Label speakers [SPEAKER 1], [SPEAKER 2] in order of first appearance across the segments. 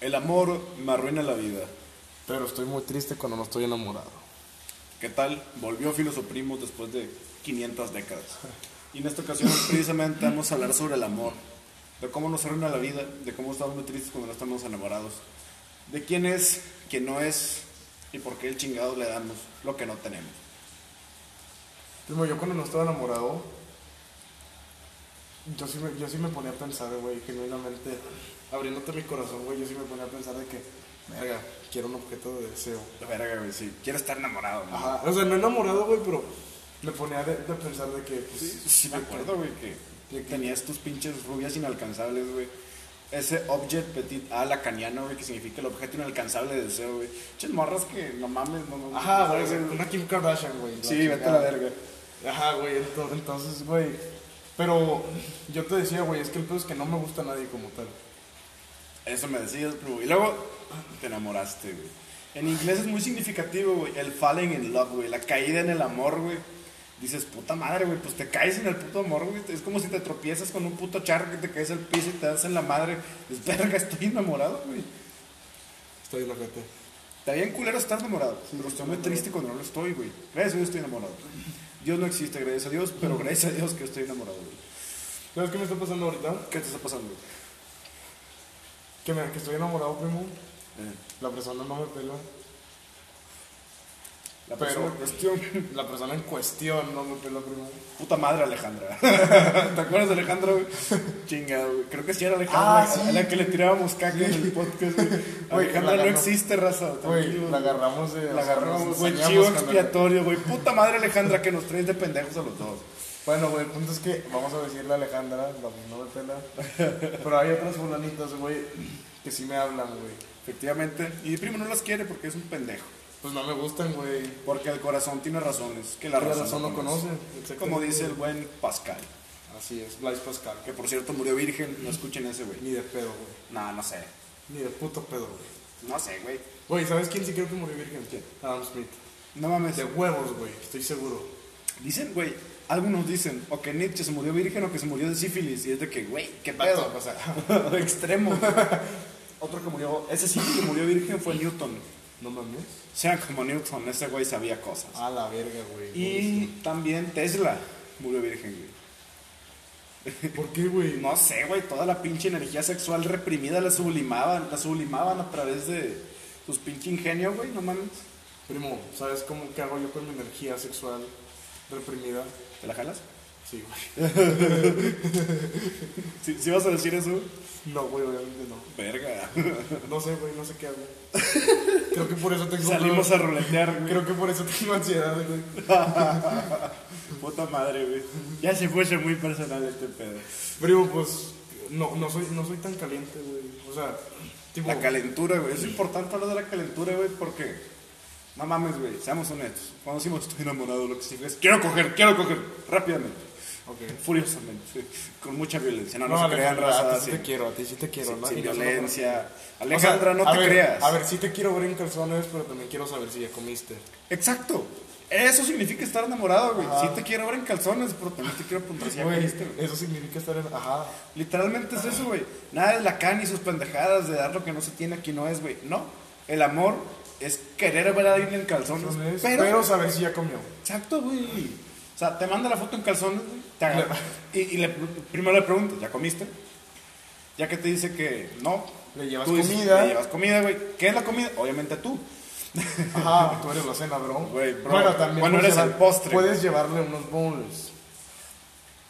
[SPEAKER 1] El amor me arruina la vida.
[SPEAKER 2] Pero estoy muy triste cuando no estoy enamorado.
[SPEAKER 1] ¿Qué tal? Volvió Filosoprimos después de 500 décadas. Y en esta ocasión precisamente vamos a hablar sobre el amor. De cómo nos arruina la vida, de cómo estamos muy tristes cuando no estamos enamorados. De quién es, quién no es y por qué el chingado le damos lo que no tenemos.
[SPEAKER 2] Primo, yo cuando no estaba enamorado, yo sí me, yo sí me ponía a pensar, güey, genuinamente, abriéndote mi corazón, güey, yo sí me ponía a pensar de que, verga, quiero un objeto de deseo.
[SPEAKER 1] La verga, güey, sí. Quiero estar enamorado, ¿no?
[SPEAKER 2] Ajá, o sea, no enamorado, güey, pero me ponía de, de pensar de que, pues,
[SPEAKER 1] Sí, sí me acuerdo, güey, que
[SPEAKER 2] ¿De qué?
[SPEAKER 1] tenías tus pinches rubias inalcanzables, güey. Ese object petit a la caniana, güey, que significa el objeto inalcanzable de deseo, güey. Ches morras que no mames, no mames.
[SPEAKER 2] Ajá, güey,
[SPEAKER 1] no
[SPEAKER 2] o sea,
[SPEAKER 1] mames,
[SPEAKER 2] una Kim Kardashian, güey. la
[SPEAKER 1] Sí, vete a
[SPEAKER 2] chingada.
[SPEAKER 1] la verga.
[SPEAKER 2] Ajá, güey, ento- entonces, güey. Pero yo te decía, güey, es que el pedo es que no me gusta a nadie como tal.
[SPEAKER 1] Eso me decías, primo. Y luego te enamoraste, güey. En inglés es muy significativo, güey. El falling in love, güey. La caída en el amor, güey. Dices, puta madre, güey, pues te caes en el puto amor, güey. Es como si te tropiezas con un puto charco que te caes al piso y te das en la madre. Dices, verga, estoy enamorado, güey.
[SPEAKER 2] Estoy lojete.
[SPEAKER 1] Está bien culero estar enamorado, pero estoy muy triste cuando no lo estoy, güey. Gracias a Dios estoy enamorado. Dios no existe, gracias a Dios, pero gracias a Dios que estoy enamorado, güey.
[SPEAKER 2] ¿Sabes qué me está pasando ahorita?
[SPEAKER 1] ¿Qué te está pasando? güey?
[SPEAKER 2] Que, me, que estoy enamorado, primo.
[SPEAKER 1] Eh,
[SPEAKER 2] La persona no me pela.
[SPEAKER 1] La
[SPEAKER 2] Pero-
[SPEAKER 1] persona en cuestión.
[SPEAKER 2] La persona en cuestión no me pela, primo.
[SPEAKER 1] Puta madre, Alejandra. ¿Te acuerdas de Alejandra, güey? Chingado, güey. Creo que sí era Alejandra,
[SPEAKER 2] Ah, sí.
[SPEAKER 1] a la que le tirábamos caca en el podcast, güey.
[SPEAKER 2] Güey,
[SPEAKER 1] Alejandra
[SPEAKER 2] la
[SPEAKER 1] no
[SPEAKER 2] ganó.
[SPEAKER 1] existe, raza.
[SPEAKER 2] Güey,
[SPEAKER 1] tranquilo.
[SPEAKER 2] la agarramos de.
[SPEAKER 1] La agarramos, güey.
[SPEAKER 2] ensañamos
[SPEAKER 1] Chivo
[SPEAKER 2] cuando-
[SPEAKER 1] expiatorio, güey. Puta madre, Alejandra, que nos traes de pendejos a los dos.
[SPEAKER 2] Bueno, güey, el punto es que vamos a decirle a Alejandra, la que no me pela. Pero hay otras fulanitas, güey, que sí me hablan, güey.
[SPEAKER 1] Efectivamente. Y primo no las quiere porque es un pendejo.
[SPEAKER 2] Pues no me gustan, güey.
[SPEAKER 1] Porque el corazón tiene razones que la
[SPEAKER 2] Que la
[SPEAKER 1] razón,
[SPEAKER 2] razón no conoce, exactamente.
[SPEAKER 1] Como dice el buen Pascal,
[SPEAKER 2] Así es, Blaise Pascal.
[SPEAKER 1] que por cierto murió virgen, no escuchen ese güey.
[SPEAKER 2] Ni de pedo, güey.
[SPEAKER 1] No, no sé.
[SPEAKER 2] Ni de puto pedo, güey.
[SPEAKER 1] No sé, güey.
[SPEAKER 2] Güey, ¿sabes quién sí creo que murió virgen? Adam Smith.
[SPEAKER 1] No mames.
[SPEAKER 2] De huevos, güey, estoy seguro.
[SPEAKER 1] Dicen, güey, algunos dicen o que Nietzsche se murió virgen o que se murió de sífilis. Y es de que, güey, qué pedo.
[SPEAKER 2] O sea,
[SPEAKER 1] Extremo. Otro que murió, ese sí que murió virgen fue Newton.
[SPEAKER 2] no mames.
[SPEAKER 1] Sean como Newton, ese güey sabía cosas.
[SPEAKER 2] A la verga, güey.
[SPEAKER 1] y también Tesla murió virgen, güey.
[SPEAKER 2] ¿Por qué, güey?
[SPEAKER 1] No sé, güey, toda la pinche energía sexual reprimida la sublimaban, la sublimaban a través de sus pinche ingenio, güey, no mames.
[SPEAKER 2] Primo, ¿sabes cómo qué hago yo con mi energía sexual reprimida?
[SPEAKER 1] ¿Te la jalas?
[SPEAKER 2] Sí, güey.
[SPEAKER 1] ¿Sí, sí vas a decir eso?
[SPEAKER 2] No, güey, obviamente no.
[SPEAKER 1] Verga.
[SPEAKER 2] No sé, güey, no sé qué hago. Creo que por eso tengo
[SPEAKER 1] Salimos a ruletear, güey.
[SPEAKER 2] Creo que por eso tengo ansiedad, güey.
[SPEAKER 1] Puta madre, güey. Ya se puso muy personal este pedo.
[SPEAKER 2] Primo, pues no, no soy no soy tan caliente, güey. O sea, tipo
[SPEAKER 1] La calentura, güey. Es importante hablar de la calentura, güey, porque... No mames, güey, seamos honestos. Cuando decimos estoy enamorado, lo que significa es quiero coger, quiero coger, rápidamente,
[SPEAKER 2] Okay.
[SPEAKER 1] furiosamente, sí, con mucha violencia. No, no, se crean
[SPEAKER 2] Alejandra, a
[SPEAKER 1] raza,
[SPEAKER 2] ti sí
[SPEAKER 1] sí.
[SPEAKER 2] te quiero, a ti sí te quiero,
[SPEAKER 1] sin,
[SPEAKER 2] ¿no?
[SPEAKER 1] sin
[SPEAKER 2] Y yo solo-
[SPEAKER 1] violencia.
[SPEAKER 2] O sea,
[SPEAKER 1] Alejandra, no
[SPEAKER 2] a
[SPEAKER 1] te
[SPEAKER 2] ver,
[SPEAKER 1] creas.
[SPEAKER 2] A ver, sí te quiero ver en calzones, pero también quiero saber si ya comiste.
[SPEAKER 1] Exacto. Eso significa estar enamorado, güey.
[SPEAKER 2] Ajá.
[SPEAKER 1] Sí te quiero ver en calzones, pero también te quiero apuntar si ya
[SPEAKER 2] Güey,
[SPEAKER 1] comiste, güey.
[SPEAKER 2] eso significa estar en. Ajá.
[SPEAKER 1] Literalmente es eso, güey. Nada de Lacan y sus pendejadas de dar lo que no se tiene aquí no es, güey. No. El amor es querer ver a alguien en calzones.
[SPEAKER 2] Calzones,
[SPEAKER 1] pero,
[SPEAKER 2] pero, saber si ya comió.
[SPEAKER 1] Exacto, güey. O sea, te manda la foto en calzones, güey. Te agarra- y, y le- primero le preguntas, ¿ya comiste? Ya que te dice que no.
[SPEAKER 2] Le llevas
[SPEAKER 1] tú dices,
[SPEAKER 2] comida.
[SPEAKER 1] Le llevas comida, güey. ¿Qué es la comida? Obviamente tú.
[SPEAKER 2] Ajá, tú eres la cena, bro.
[SPEAKER 1] Güey, bro.
[SPEAKER 2] Bueno, también.
[SPEAKER 1] Bueno,
[SPEAKER 2] puedes
[SPEAKER 1] eres el
[SPEAKER 2] llevar-
[SPEAKER 1] postre.
[SPEAKER 2] Puedes llevarle unos bowls.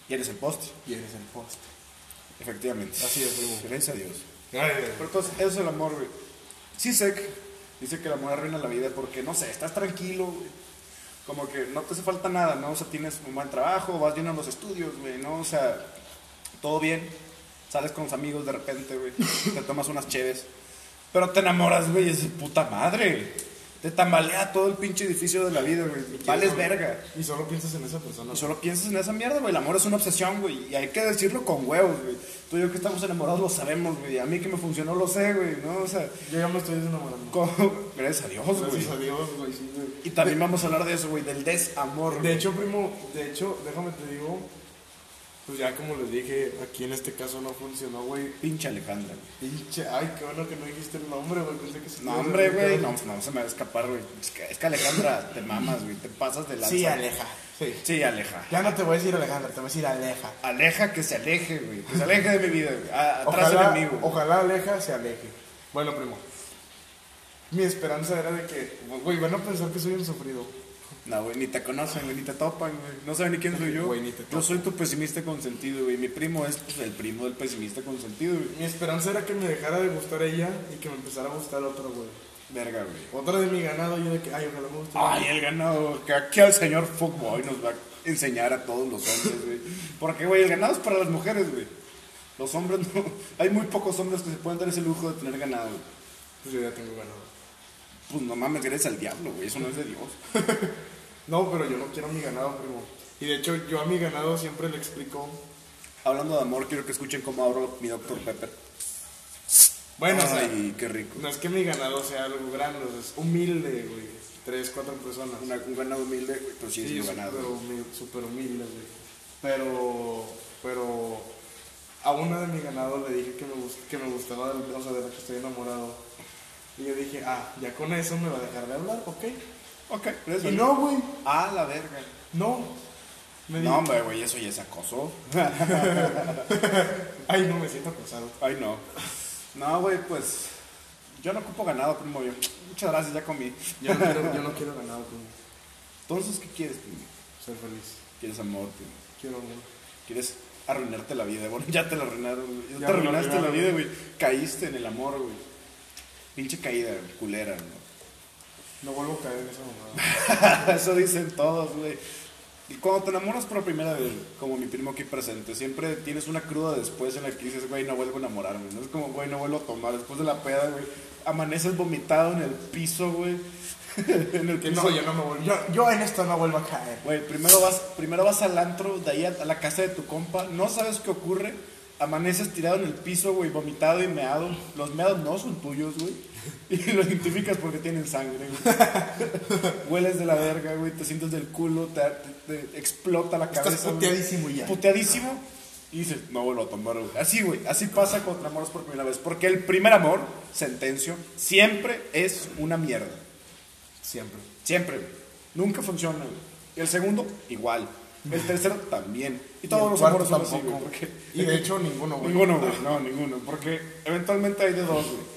[SPEAKER 1] Y eres el postre.
[SPEAKER 2] Y eres el postre.
[SPEAKER 1] Efectivamente.
[SPEAKER 2] Así es, güey.
[SPEAKER 1] Gracias a Dios.
[SPEAKER 2] Ay,
[SPEAKER 1] Pero entonces, eso es el amor, güey. Sisek dice que el amor arruina la vida porque, no sé, estás tranquilo, güey. Como que no te hace falta nada, ¿no? O sea, tienes un buen trabajo, vas bien a los estudios, güey, ¿no? O sea, todo bien. Sales con los amigos de repente, güey. Te tomas unas cheves. Pero te enamoras, güey, y es de puta madre. Te tambalea todo el pinche edificio de la vida, güey. Vales verga.
[SPEAKER 2] Y solo piensas en esa persona.
[SPEAKER 1] Y solo piensas en esa mierda, güey. El amor es una obsesión, güey. Y hay que decirlo con huevos, güey. Tú y yo que estamos enamorados lo sabemos, güey. A mí que me funcionó lo sé, güey, ¿no? O sea,
[SPEAKER 2] Yo ya me estoy desenamorando.
[SPEAKER 1] con- gracias a Dios, güey.
[SPEAKER 2] Gracias a Dios, güey. sí, güey.
[SPEAKER 1] Y también vamos a hablar de eso, güey, del desamor.
[SPEAKER 2] De
[SPEAKER 1] güey.
[SPEAKER 2] hecho, primo, de hecho, déjame te digo Pues ya como les dije, aquí en este caso no funcionó, güey.
[SPEAKER 1] Pinche Alejandra, güey.
[SPEAKER 2] Pinche, ay, qué bueno que no dijiste el nombre, güey. Pensé que
[SPEAKER 1] No,
[SPEAKER 2] se te iba a
[SPEAKER 1] hombre,
[SPEAKER 2] olvidar.
[SPEAKER 1] güey. No, no se me va a escapar, güey. Es que, es que Alejandra, te mamas, güey. Te pasas de lanza.
[SPEAKER 2] Sí,
[SPEAKER 1] güey.
[SPEAKER 2] Aleja. Sí.
[SPEAKER 1] Sí, Aleja.
[SPEAKER 2] Ya no te voy a decir Alejandra, te voy a decir Aleja.
[SPEAKER 1] Aleja que se aleje, güey. Que se aleje de mi vida, güey. A- Atrás
[SPEAKER 2] Ojalá,
[SPEAKER 1] enemigo. güey.
[SPEAKER 2] ojalá Aleja se aleje. Bueno, primo. Mi esperanza era de que, güey, van a pensar que soy un sufrido.
[SPEAKER 1] No, güey, ni te conocen, güey, ni te topan, güey. No saben ni quién soy yo.
[SPEAKER 2] Güey, ni te
[SPEAKER 1] yo
[SPEAKER 2] topan.
[SPEAKER 1] soy tu pesimista consentido, güey. Mi primo es pues, el primo del pesimista consentido, güey.
[SPEAKER 2] Mi esperanza era que me dejara de gustar ella y que me empezara a gustar otro, güey.
[SPEAKER 1] Verga, güey.
[SPEAKER 2] Otra de mi ganado, yo de que, ay, ojalá me guste.
[SPEAKER 1] Ay, el ganado. Que aquí al señor Fuckboy nos va a enseñar a todos los hombres, güey. Porque, güey, el ganado es para las mujeres, güey. Los hombres no. Hay muy pocos hombres que se pueden dar ese lujo de tener ganado, güey.
[SPEAKER 2] Pues yo ya tengo ganado.
[SPEAKER 1] Pues no mames, eres al diablo, güey. Eso no es de Dios.
[SPEAKER 2] No, pero yo no quiero mi ganado, primo. Y de hecho, yo a mi ganado siempre le explico.
[SPEAKER 1] Hablando de amor, quiero que escuchen cómo abro mi Dr. Pepper.
[SPEAKER 2] Bueno, o sea,
[SPEAKER 1] Ay, qué rico.
[SPEAKER 2] no es que mi ganado sea algo grande, o sea, es humilde, güey. Tres, cuatro personas.
[SPEAKER 1] Una- un ganado humilde, güey, pero sí, es un ganado.
[SPEAKER 2] Súper humilde, súper humilde, güey. Pero, pero a una de mi ganado le dije que me, gust- que me gustaba, del- o sea, de la que estoy enamorado. Y yo dije, ah, ya con eso me va a dejar de hablar, ok.
[SPEAKER 1] Ok, gracias.
[SPEAKER 2] Y no, güey,
[SPEAKER 1] Ah, la verga.
[SPEAKER 2] no. Me
[SPEAKER 1] No,
[SPEAKER 2] dijo,
[SPEAKER 1] hombre, güey, eso ya es acoso.
[SPEAKER 2] ay, no me siento acosado.
[SPEAKER 1] Ay, no. No, güey, pues. Yo no ocupo ganado, primo. Yo. Muchas gracias, ya comí.
[SPEAKER 2] Yo no quiero, yo no quiero ganado, primo.
[SPEAKER 1] Entonces, ¿qué quieres, primo?
[SPEAKER 2] Ser feliz.
[SPEAKER 1] ¿Quieres amor, primo?
[SPEAKER 2] Quiero amor.
[SPEAKER 1] ¿Quieres arruinarte la vida? Bueno, ya te la arruinaron, güey. Ya
[SPEAKER 2] Ya
[SPEAKER 1] te
[SPEAKER 2] me la
[SPEAKER 1] arruinaste la
[SPEAKER 2] arruinaron.
[SPEAKER 1] vida, güey. Caíste en el amor, güey. Pinche caída, güey, culera, ¿no?
[SPEAKER 2] No vuelvo a caer en esa mamada.
[SPEAKER 1] Eso dicen todos, güey. Y cuando te enamoras por primera vez, como mi primo aquí presente, siempre tienes una cruda después en la que dices, güey, no vuelvo a enamorarme. No es como, güey, no vuelvo a tomar. Después de la peda, güey, amaneces vomitado en el piso, güey. en el
[SPEAKER 2] Que
[SPEAKER 1] piso.
[SPEAKER 2] no, yo no me vuelvo. Yo, yo en esto no vuelvo a caer.
[SPEAKER 1] Güey, primero vas, primero vas al antro, de ahí a, a la casa de tu compa, no sabes qué ocurre, amaneces tirado en el piso, güey, vomitado y meado. Los meados no son tuyos, güey. Y los identificas porque tienen sangre, güey. Hueles de la verga, güey, te sientes del culo, te, te- te explota la cabeza.
[SPEAKER 2] Estás
[SPEAKER 1] güey.
[SPEAKER 2] puteadísimo ya.
[SPEAKER 1] Puteadísimo. Y dices, no vuelvo a tomar, güey. Así, güey, así pasa cuando te enamoras por primera vez. Porque el primer amor, sentencio, siempre es una mierda.
[SPEAKER 2] Siempre.
[SPEAKER 1] Siempre, güey. Nunca funciona, güey. El segundo, igual. El tercero, también. Y todos
[SPEAKER 2] el
[SPEAKER 1] los
[SPEAKER 2] cuarto
[SPEAKER 1] amores son así,
[SPEAKER 2] tampoco.
[SPEAKER 1] güey, porque-
[SPEAKER 2] Y de hecho, ninguno, güey.
[SPEAKER 1] Ninguno, güey. No, ninguno. Porque eventualmente hay de dos, güey.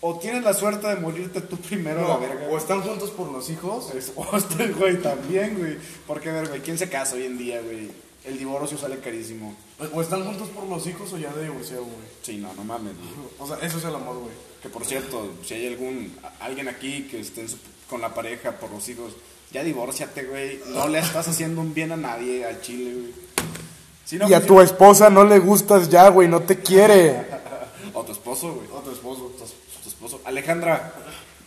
[SPEAKER 1] O tienes la suerte de morirte tú primero,
[SPEAKER 2] No,
[SPEAKER 1] la verga.
[SPEAKER 2] o están juntos por los hijos.
[SPEAKER 1] Es- o este güey también, güey. Porque, a ver, güey, ¿quién se casa hoy en día, güey? El divorcio sale carísimo.
[SPEAKER 2] O están juntos por los hijos o ya de divorciado, güey.
[SPEAKER 1] Sí, no, no mames, güey.
[SPEAKER 2] O sea, eso es el amor, güey.
[SPEAKER 1] Que por cierto, si hay algún a- alguien aquí que esté en su- con la pareja por los hijos, ya divórciate, güey. No le estás haciendo un bien a nadie al chile, güey. Si no pues, funciona-
[SPEAKER 2] esposa no le gustas ya, güey, no te quiere.
[SPEAKER 1] O tu esposo, güey.
[SPEAKER 2] O tu esposo. tu esposo.
[SPEAKER 1] O tu esposo. Alejandra,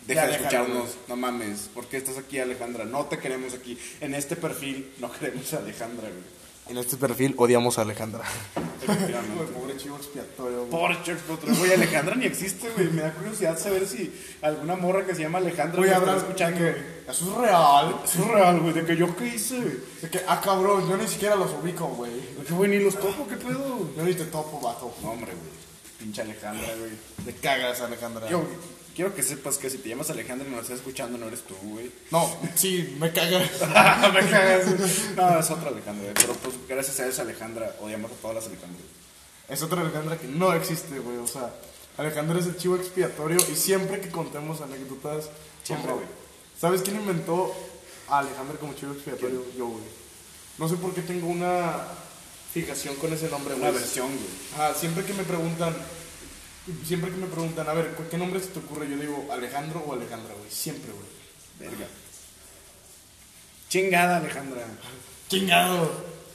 [SPEAKER 1] deja
[SPEAKER 2] Ya,
[SPEAKER 1] de
[SPEAKER 2] déjalo,
[SPEAKER 1] escucharnos.
[SPEAKER 2] güey.
[SPEAKER 1] No mames. ¿Por qué estás aquí, Alejandra? No te queremos aquí. En este perfil no queremos a Alejandra, güey.
[SPEAKER 2] En este perfil odiamos a Alejandra.
[SPEAKER 1] Efectivamente.
[SPEAKER 2] pobre chivo expiatorio, güey.
[SPEAKER 1] Porche, otro. Güey, Alejandra ni existe, güey. Me da curiosidad saber si alguna morra que se llama Alejandra
[SPEAKER 2] Güey,
[SPEAKER 1] me
[SPEAKER 2] habrá-
[SPEAKER 1] estará escuchando.
[SPEAKER 2] de
[SPEAKER 1] güey.
[SPEAKER 2] que Eso es real.
[SPEAKER 1] Eso es real, güey. De que yo qué hice, güey.
[SPEAKER 2] De que, ah, cabrón, yo ni siquiera los ubico, güey.
[SPEAKER 1] Yo, güey, ni los topo, ¿qué pedo?
[SPEAKER 2] Yo ni te topo, vato.
[SPEAKER 1] No, hombre, güey. Pinche Alejandra, güey.
[SPEAKER 2] Te cagas, Alejandra.
[SPEAKER 1] Yo quiero que sepas que si te llamas Alejandra y no estás escuchando, no eres tú, güey.
[SPEAKER 2] No, sí, me cagas.
[SPEAKER 1] Me cagas. No, es otra Alejandra, güey. Pero pues gracias a esa Alejandra, odiamos a todas las Alejandras.
[SPEAKER 2] Es otra Alejandra que no existe, güey. O sea, Alejandra es el chivo expiatorio y siempre que contemos anécdotas.
[SPEAKER 1] Siempre,
[SPEAKER 2] como-
[SPEAKER 1] güey.
[SPEAKER 2] ¿Sabes quién inventó a Alejandra como chivo expiatorio? Yo, güey. No sé por qué tengo una fijación con ese nombre,
[SPEAKER 1] Una
[SPEAKER 2] güey.
[SPEAKER 1] versión, güey.
[SPEAKER 2] Ajá, siempre que me preguntan, siempre que me preguntan, a ver, ¿qué nombre se te ocurre? Yo digo Alejandro o Alejandra, güey. Siempre, güey.
[SPEAKER 1] Verga. Chingada, Alejandra.
[SPEAKER 2] ¡Chingado!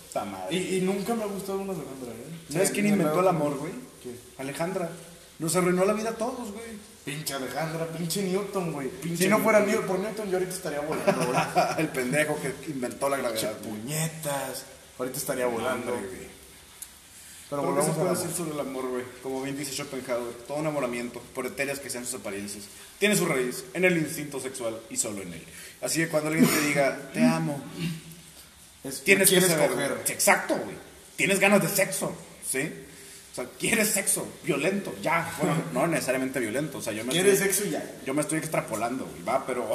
[SPEAKER 1] Puta madre.
[SPEAKER 2] Y, y nunca me ha gustado una Alejandra, ¿eh?
[SPEAKER 1] ¿Sabes
[SPEAKER 2] Sí,
[SPEAKER 1] quién
[SPEAKER 2] me ha
[SPEAKER 1] inventó el
[SPEAKER 2] dado-
[SPEAKER 1] amor, güey?
[SPEAKER 2] ¿Quién?
[SPEAKER 1] Alejandra. Nos arruinó la vida a todos, güey.
[SPEAKER 2] Pinche Alejandra, pinche Newton, güey.
[SPEAKER 1] Pinche
[SPEAKER 2] si no fuera
[SPEAKER 1] Newton.
[SPEAKER 2] Newton, por Newton, yo ahorita estaría volando, güey.
[SPEAKER 1] El pendejo que inventó la
[SPEAKER 2] Pinche
[SPEAKER 1] gravedad, güey.
[SPEAKER 2] puñetas. Ahorita estaría volando.
[SPEAKER 1] Hombre, güey. Pero
[SPEAKER 2] Pero
[SPEAKER 1] ¿qué se
[SPEAKER 2] volvamos
[SPEAKER 1] puede
[SPEAKER 2] a
[SPEAKER 1] decir sobre el amor, güey? Como bien dice Schopenhauer, todo enamoramiento, por etéreas que sean sus apariencias, tiene su raíz en el instinto sexual y solo en él. Así que cuando alguien te diga, te amo,
[SPEAKER 2] Es,
[SPEAKER 1] tienes que
[SPEAKER 2] ¿quieres
[SPEAKER 1] saber.
[SPEAKER 2] coger?
[SPEAKER 1] Exacto, güey. tienes ganas de sexo, ¿sí? O sea, quieres sexo, violento, ya. Bueno, no necesariamente violento, o sea, yo me
[SPEAKER 2] ¿Quieres
[SPEAKER 1] estoy,
[SPEAKER 2] sexo y ya?
[SPEAKER 1] yo me estoy extrapolando, güey, va, pero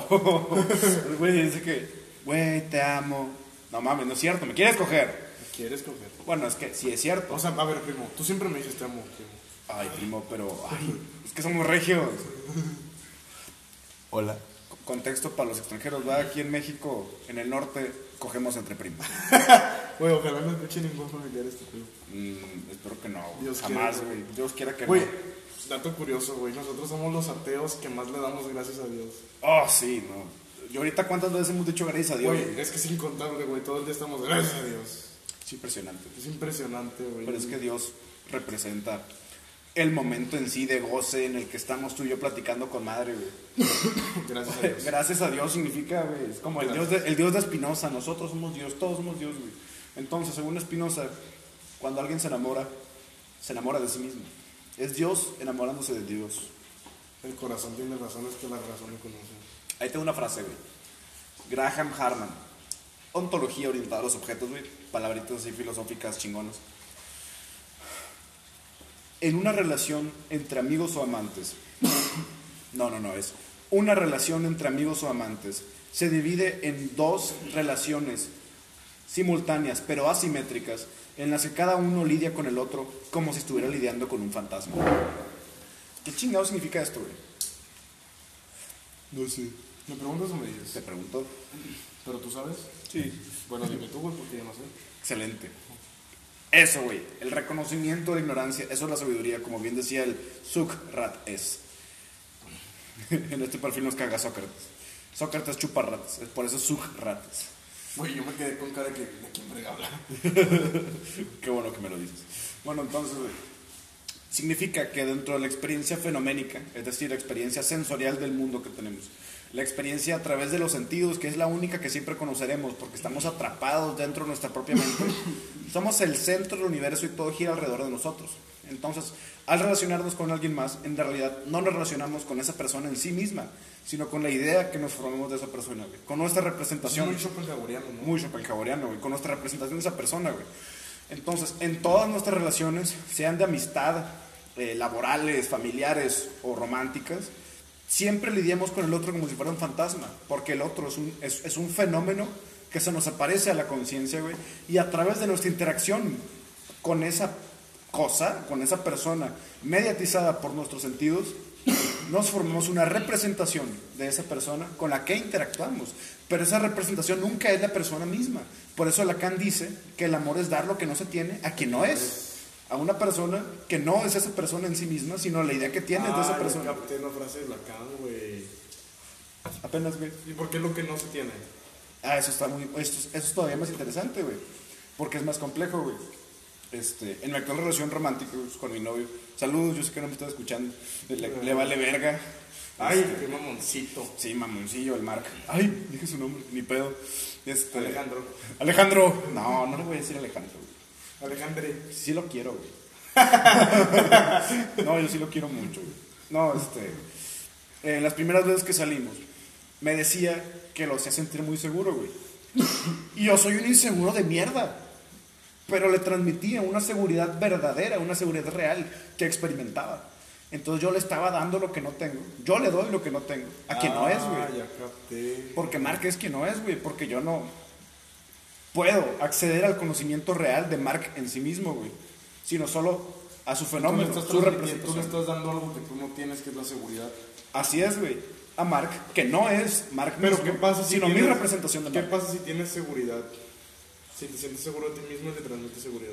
[SPEAKER 1] güey, dice que, güey, te amo. No mames, no es cierto, me quieres coger.
[SPEAKER 2] ¿Quieres coger?
[SPEAKER 1] Bueno, es que sí es cierto.
[SPEAKER 2] O sea, a ver, primo, tú siempre me dices te amo, primo.
[SPEAKER 1] Ay, primo, pero ay, es que somos regios.
[SPEAKER 2] Hola.
[SPEAKER 1] Contexto para los extranjeros, va aquí en México, en el norte, cogemos entre primos.
[SPEAKER 2] Güey, ojalá no escuche ningún familiar este primo.
[SPEAKER 1] Mm, espero que no.
[SPEAKER 2] Dios
[SPEAKER 1] Jamás,
[SPEAKER 2] quiera,
[SPEAKER 1] güey. Dios quiera que
[SPEAKER 2] Güey,
[SPEAKER 1] no.
[SPEAKER 2] dato curioso, güey. Nosotros somos los ateos que más le damos gracias a Dios.
[SPEAKER 1] Oh, sí, no. Yo ahorita cuántas veces hemos dicho gracias a Dios.
[SPEAKER 2] Güey, es que es incontable, güey. Todo el día estamos gracias a Dios.
[SPEAKER 1] Es impresionante.
[SPEAKER 2] Es impresionante, güey.
[SPEAKER 1] Pero es que Dios representa el momento en sí de goce en el que estamos tú y yo platicando con madre, güey.
[SPEAKER 2] Gracias a Dios.
[SPEAKER 1] Gracias a Dios significa, güey. Es como el
[SPEAKER 2] Gracias.
[SPEAKER 1] Dios, de, el Dios de Espinosa. Nosotros somos Dios, todos somos Dios, güey. Entonces, según Espinosa, cuando alguien se enamora, se enamora de sí mismo. Es Dios enamorándose de Dios.
[SPEAKER 2] El corazón tiene razones que la razón no conoce.
[SPEAKER 1] Ahí tengo una frase, güey. Graham Harman. Ontología orientada a los objetos, güey. Palabritas así filosóficas chingonas. En una relación entre amigos o amantes. No, no, no, es. Una relación entre amigos o amantes se divide en dos relaciones simultáneas, pero asimétricas, en las que cada uno lidia con el otro como si estuviera lidiando con un fantasma. ¿Qué chingado significa esto, güey?
[SPEAKER 2] No sé. ¿Me preguntas o me dices?
[SPEAKER 1] Se preguntó.
[SPEAKER 2] ¿Pero tú sabes?
[SPEAKER 1] Sí.
[SPEAKER 2] Bueno, dime tú, güey, porque yo no sé.
[SPEAKER 1] Excelente. Eso, güey. El reconocimiento de la ignorancia. Eso es la sabiduría, como bien decía el Sukrat es. en este perfil nos caga Sócrates. Sócrates chupa ratas. es Por eso Sokrates.
[SPEAKER 2] Güey, yo me quedé con cara de que de quién brega habla.
[SPEAKER 1] Qué bueno que me lo dices. Bueno, entonces, güey, significa que dentro de la experiencia fenoménica, es decir, la experiencia sensorial del mundo que tenemos, la experiencia a través de los sentidos, que es la única que siempre conoceremos, porque estamos atrapados dentro de nuestra propia mente, somos el centro del universo y todo gira alrededor de nosotros. Entonces, al relacionarnos con alguien más, en realidad no nos relacionamos con esa persona en sí misma, sino con la idea que nos formamos de esa persona, güey, con nuestra
[SPEAKER 2] Es
[SPEAKER 1] representación
[SPEAKER 2] muy chopenhagoriano, ¿no?
[SPEAKER 1] muy Schopenhaueriano, güey, con nuestra representación de esa persona, güey. Entonces, en todas nuestras relaciones, sean de amistad, eh, laborales, familiares o románticas, siempre lidiamos con el otro como si fuera un fantasma, porque el otro es un, es, es un fenómeno que se nos aparece a la conciencia, güey, y a través de nuestra interacción con esa cosa, con esa persona mediatizada por nuestros sentidos, nos formamos una representación de esa persona con la que interactuamos. Pero esa representación nunca es la persona misma. Por eso Lacan dice que el amor es dar lo que no se tiene a quien no es. A una persona que no es esa persona en sí misma, sino la idea que tienes de
[SPEAKER 2] Ah,
[SPEAKER 1] esa
[SPEAKER 2] ya
[SPEAKER 1] persona.
[SPEAKER 2] capté una frase de Lacan, güey.
[SPEAKER 1] Apenas, güey.
[SPEAKER 2] ¿Y por qué lo que no se tiene?
[SPEAKER 1] Ah, eso está muy. Esto, es- eso es todavía más interesante, güey. Porque es más complejo, güey. Este, en mi actual relación romántica güey, pues, con mi novio. Saludos, yo sé que no me estás escuchando. Le, le vale verga.
[SPEAKER 2] Ay, Este, qué mamoncito.
[SPEAKER 1] Sí, mamoncillo, el Marc. Ay, dije su nombre, ni pedo. Este,
[SPEAKER 2] Alejandro.
[SPEAKER 1] Alejandro. No, no le voy a decir Alejandro, güey.
[SPEAKER 2] Alejandre.
[SPEAKER 1] Sí lo quiero, güey. no, yo sí lo quiero mucho, güey. No, este. eh, las primeras veces que salimos, me decía que lo hacía sentir muy seguro, güey. Y yo soy un inseguro de mierda. Pero le transmitía una seguridad verdadera, una seguridad real que experimentaba. Entonces yo le estaba dando lo que no tengo. Yo le doy lo que no tengo. A quien no es, güey.
[SPEAKER 2] Ah, ya capté.
[SPEAKER 1] Porque Mark es quien no es, güey. Porque yo no puedo acceder al conocimiento real de Mark en sí mismo, güey. Sino solo a su
[SPEAKER 2] Tú le
[SPEAKER 1] fenómeno,
[SPEAKER 2] estás
[SPEAKER 1] su
[SPEAKER 2] transmitiendo, tú le
[SPEAKER 1] representación.
[SPEAKER 2] estás dando algo que tú no tienes, que es la seguridad.
[SPEAKER 1] Así es, güey. A Mark, que no es Mark
[SPEAKER 2] Pero
[SPEAKER 1] mismo,
[SPEAKER 2] ¿qué pasa si
[SPEAKER 1] sino mi
[SPEAKER 2] tienes-
[SPEAKER 1] representación de
[SPEAKER 2] ¿Qué
[SPEAKER 1] Mark.
[SPEAKER 2] pasa si tienes seguridad? Si te sientes seguro de ti mismo, te transmite seguridad.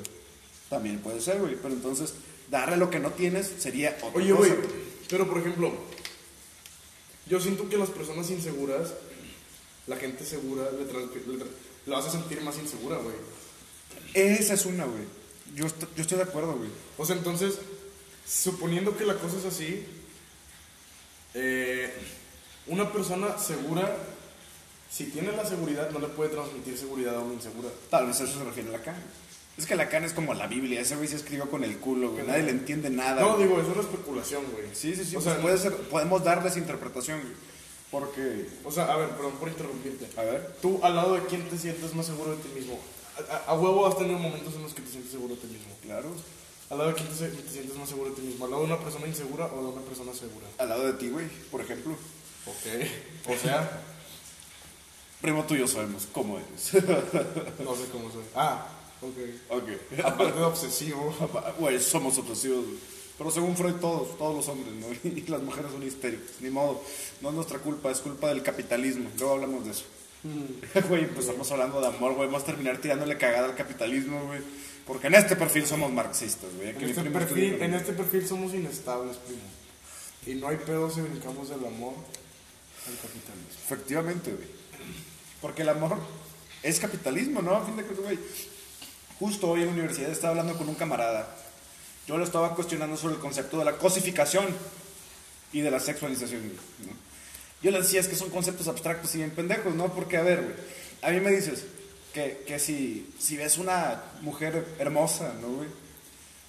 [SPEAKER 1] También puede ser, güey. Pero entonces, darle lo que no tienes sería otra
[SPEAKER 2] Oye,
[SPEAKER 1] cosa.
[SPEAKER 2] güey, pero por ejemplo, yo siento que las personas inseguras, la gente segura, le, trans- le tra- la hace sentir más insegura, güey.
[SPEAKER 1] Esa es una, güey. Yo, est- yo estoy de acuerdo, güey.
[SPEAKER 2] O sea, entonces, suponiendo que la cosa es así, eh, una persona segura, si tiene la seguridad, no le puede transmitir seguridad a una insegura.
[SPEAKER 1] Tal vez a eso se refiere Lacan. Es que Lacan es como la Biblia. Ese güey se escribió con el culo, güey. Nadie le entiende nada.
[SPEAKER 2] No,
[SPEAKER 1] güey.
[SPEAKER 2] digo, eso es una especulación, güey.
[SPEAKER 1] Sí, sí, sí.
[SPEAKER 2] O
[SPEAKER 1] pues
[SPEAKER 2] sea,
[SPEAKER 1] puede ser, podemos darles interpretación, güey. Porque,
[SPEAKER 2] o sea, a ver, perdón por interrumpirte.
[SPEAKER 1] a ver,
[SPEAKER 2] ¿Tú al lado de quién te sientes más seguro de ti mismo? a, a huevo has tenido momentos en los que te sientes seguro de ti mismo.
[SPEAKER 1] Claro.
[SPEAKER 2] Al lado de quién te, se- te sientes más seguro de ti mismo. Al lado de una persona insegura o de una persona segura.
[SPEAKER 1] Al lado de ti, güey, por ejemplo.
[SPEAKER 2] Ok. O sea,
[SPEAKER 1] Primo tuyo sabemos cómo eres.
[SPEAKER 2] no sé cómo soy. Ah, ok.
[SPEAKER 1] ok.
[SPEAKER 2] Aparte de obsesivo.
[SPEAKER 1] Güey, somos obsesivos, güey. Pero según Freud, todos, todos los hombres, ¿no? Y las mujeres son histéricas. Ni modo, no es nuestra culpa, es culpa del capitalismo. Luego hablamos de eso.
[SPEAKER 2] Mm.
[SPEAKER 1] Güey, empezamos hablando de amor, güey. Vamos a terminar tirándole cagada al capitalismo, güey. Porque en este perfil somos marxistas, güey. Aquí
[SPEAKER 2] En este,
[SPEAKER 1] mi primo
[SPEAKER 2] perfil,
[SPEAKER 1] estudia-
[SPEAKER 2] en este perfil somos inestables, primo. Y no hay pedo si brincamos del amor al capitalismo.
[SPEAKER 1] Efectivamente, güey. Porque el amor es capitalismo, ¿no? A fin de cuentas, güey. Justo hoy en la universidad estaba hablando con un camarada. Yo lo estaba cuestionando sobre el concepto de la cosificación y de la sexualización. güey, ¿no? Yo le decía, es que son conceptos abstractos y bien pendejos, ¿no? Porque, a ver, güey, a mí me dices que, que si, si ves una mujer hermosa, ¿no, güey?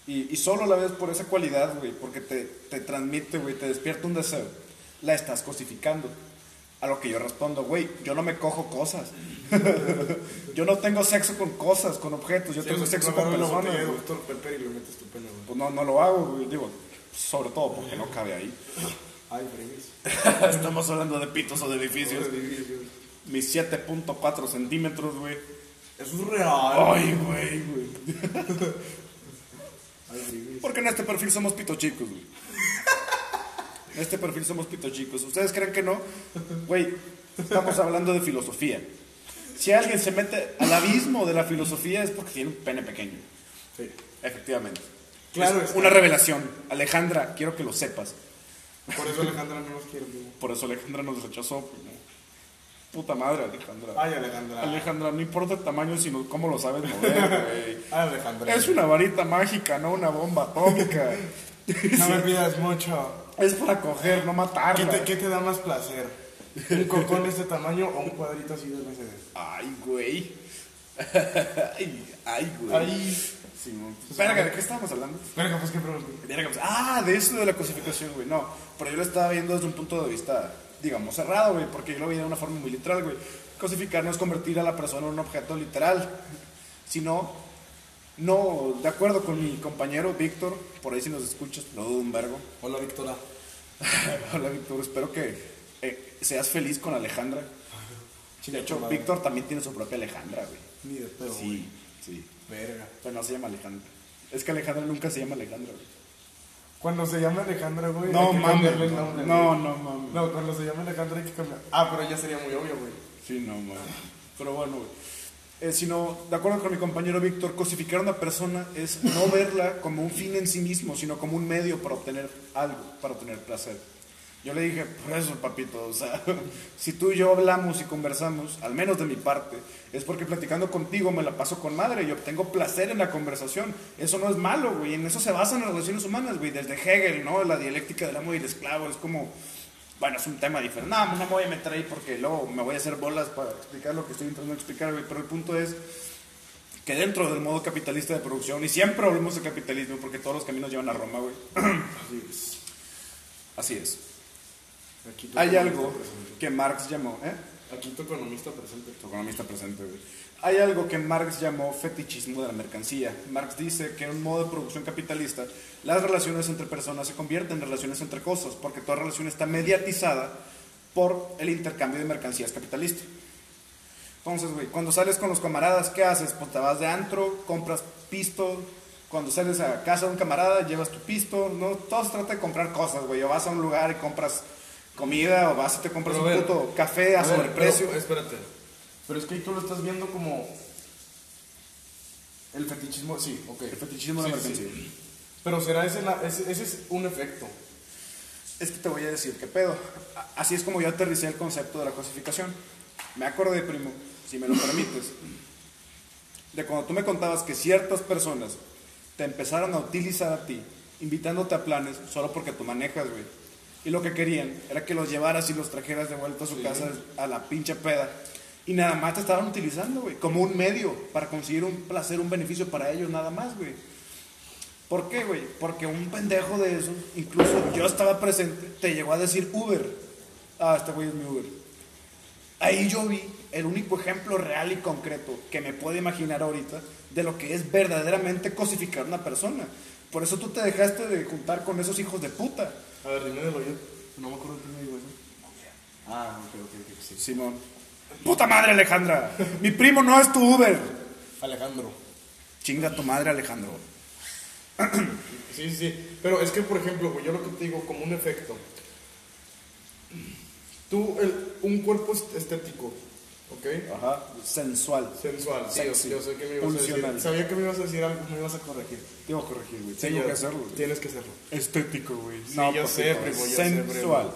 [SPEAKER 1] Y, y solo la ves por esa cualidad, güey, porque te, te transmite, güey, te despierta un deseo. La estás cosificando. A lo que yo respondo, güey, yo no me cojo cosas. yo no tengo sexo con cosas, con objetos. Yo
[SPEAKER 2] pues,
[SPEAKER 1] tengo sexo con personas.
[SPEAKER 2] de
[SPEAKER 1] güey.
[SPEAKER 2] Dr. Pepper y lo metes tu pene, güey.
[SPEAKER 1] Pues no, no lo hago, güey. Digo, sobre todo porque no cabe ahí.
[SPEAKER 2] Ay, fregues.
[SPEAKER 1] Estamos hablando de pitos o de edificios. Mis 7.4 centímetros, güey.
[SPEAKER 2] Eso es real.
[SPEAKER 1] Ay, güey, güey.
[SPEAKER 2] Ay, fregues.
[SPEAKER 1] Porque en este perfil somos pito chicos, güey. En este perfil somos pito chicos. ¿Ustedes creen que no? Güey, estamos hablando de filosofía. Si alguien se mete al abismo de la filosofía es porque tiene un pene pequeño.
[SPEAKER 2] Sí.
[SPEAKER 1] Efectivamente.
[SPEAKER 2] Claro
[SPEAKER 1] Es
[SPEAKER 2] está.
[SPEAKER 1] una revelación. Alejandra, quiero que lo sepas.
[SPEAKER 2] Por eso Alejandra no nos quiere, primo.
[SPEAKER 1] Por eso Alejandra nos rechazó. pues, ¿no? Puta madre, Alejandra.
[SPEAKER 2] Ay, Alejandra.
[SPEAKER 1] Alejandra, no importa el tamaño, sino cómo lo sabes mover,
[SPEAKER 2] Ay, Alejandra.
[SPEAKER 1] güey. Es una varita mágica, no una bomba atómica.
[SPEAKER 2] No me pidas mucho.
[SPEAKER 1] Es para coger, no
[SPEAKER 2] ¿Qué
[SPEAKER 1] matarla.
[SPEAKER 2] te, qué te da más placer? ¿Un cocón de este tamaño o un cuadrito así de Mercedes?
[SPEAKER 1] Ay, güey. ay, ay, güey.
[SPEAKER 2] Ay.
[SPEAKER 1] Sí, no. Verga, ¿de qué estábamos hablando?
[SPEAKER 2] Verga, pues qué pregunta.
[SPEAKER 1] Verga, pues, Ah, de eso de la cosificación, güey. No, pero yo lo estaba viendo desde un punto de vista, digamos, cerrado, güey, porque yo lo veía de una forma muy literal, güey. Cosificar no es convertir a la persona en un objeto literal, sino, no, de acuerdo con mi compañero Víctor, por ahí si nos escuchas, lo dudo un vergo.
[SPEAKER 2] Hola, Víctora.
[SPEAKER 1] Hola, Víctor, espero que eh, seas feliz con Alejandra. De
[SPEAKER 2] Chinga tu
[SPEAKER 1] hecho,
[SPEAKER 2] madre.
[SPEAKER 1] Víctor también tiene su propia Alejandra, güey.
[SPEAKER 2] Ni de pedo, güey.
[SPEAKER 1] Sí, sí.
[SPEAKER 2] Verga.
[SPEAKER 1] Pero no se llama Alejandra. Es que Alejandra nunca se llama Alejandra, güey.
[SPEAKER 2] Cuando se llama Alejandra, güey. hay
[SPEAKER 1] No
[SPEAKER 2] que
[SPEAKER 1] mames.
[SPEAKER 2] cambiarle el nombre,
[SPEAKER 1] No,
[SPEAKER 2] güey.
[SPEAKER 1] no mames.
[SPEAKER 2] No, cuando se llama Alejandra hay que cambiar. Ah, pero ya sería muy obvio, güey.
[SPEAKER 1] Sí, no mames. Pero bueno, güey. Eh, sino, de acuerdo con mi compañero Víctor, cosificar a una persona es no verla como un fin en sí mismo, sino como un medio para obtener algo, para obtener placer. Yo le dije, por eso, papito, o sea, si tú y yo hablamos y conversamos, al menos de mi parte, es porque platicando contigo me la paso con madre y obtengo placer en la conversación. Eso no es malo, güey, en eso se basan las relaciones humanas, güey, desde Hegel, ¿no? La dialéctica del amo y el esclavo, es como, bueno, es un tema diferente. No, no me voy a meter ahí porque luego me voy a hacer bolas para explicar lo que estoy intentando explicar, güey. Pero el punto es que dentro del modo capitalista de producción, y siempre hablamos de capitalismo porque todos los caminos llevan a Roma, güey.
[SPEAKER 2] Así es.
[SPEAKER 1] Así es.
[SPEAKER 2] Aquí tu
[SPEAKER 1] Hay
[SPEAKER 2] economista
[SPEAKER 1] algo
[SPEAKER 2] presente.
[SPEAKER 1] que Marx llamó, ¿eh?
[SPEAKER 2] Aquí tu economista presente.
[SPEAKER 1] Tu economista presente, güey. Hay algo que Marx llamó fetichismo de la mercancía. Marx dice que en un modo de producción capitalista, las relaciones entre personas se convierten en relaciones entre cosas, porque toda relación está mediatizada por el intercambio de mercancías capitalista. Entonces, güey, cuando sales con los camaradas, ¿qué haces? Pues te vas de antro, compras pisto. Cuando sales a casa de un camarada, llevas tu pisto. No, todo se trata de comprar cosas, güey. O vas a un lugar y compras comida, o vas y te compras
[SPEAKER 2] Pero
[SPEAKER 1] un
[SPEAKER 2] a ver,
[SPEAKER 1] puto café a,
[SPEAKER 2] ver,
[SPEAKER 1] sobreprecio.
[SPEAKER 2] pero- espérate. Pero es que ahí tú lo estás viendo como. El fetichismo, sí, ok.
[SPEAKER 1] El fetichismo de
[SPEAKER 2] Sí,
[SPEAKER 1] la
[SPEAKER 2] sí,
[SPEAKER 1] mercancía.
[SPEAKER 2] sí. Pero será ese, la- ese, ese es un efecto.
[SPEAKER 1] Es que te voy a decir qué pedo. A- Así es como yo aterricé el concepto de la cosificación. Me acordé, primo, si me lo permites, de cuando tú me contabas que ciertas personas te empezaron a utilizar a ti, invitándote a planes solo porque tú manejas, güey. Y lo que querían era que los llevaras y los trajeras de vuelta a su casa a la pinche peda. Y nada más te estaban utilizando, güey, como un medio para conseguir un placer, un beneficio para ellos, nada más, güey. ¿Por qué, güey? Porque un pendejo de esos, incluso yo estaba presente, te llegó a decir Uber. Ah, este güey es mi Uber. Ahí yo vi el único ejemplo real y concreto que me puedo imaginar ahorita de lo que es verdaderamente cosificar una persona. Por eso tú te dejaste de juntar con esos hijos de puta.
[SPEAKER 2] A ver, dime de lo yo. No me acuerdo de me digo eso. Ah, ok, ok, ok, sí.
[SPEAKER 1] Simón. ¡Puta madre, Alejandra! ¡Mi primo no es tu Uber!
[SPEAKER 2] Alejandro.
[SPEAKER 1] Chinga tu madre, Alejandro.
[SPEAKER 2] Sí, sí, sí. Pero es que, por ejemplo, güey, yo lo que te digo, como un efecto. Tú, el- un cuerpo est- estético, ¿ok?
[SPEAKER 1] Ajá. Sensual.
[SPEAKER 2] Sensual, sí, yo-
[SPEAKER 1] Sexy.
[SPEAKER 2] yo, sé que me ibas a
[SPEAKER 1] Pulsional.
[SPEAKER 2] decir. Sabía que me ibas a decir algo, me ibas a corregir.
[SPEAKER 1] Te voy a corregir, güey.
[SPEAKER 2] Sí,
[SPEAKER 1] Tengo
[SPEAKER 2] yo-
[SPEAKER 1] que hacerlo. güey.
[SPEAKER 2] Tienes que hacerlo.
[SPEAKER 1] Estético, güey.
[SPEAKER 2] Sí, yo sé,
[SPEAKER 1] papito,
[SPEAKER 2] primo, yo sé, primo.
[SPEAKER 1] Sensual.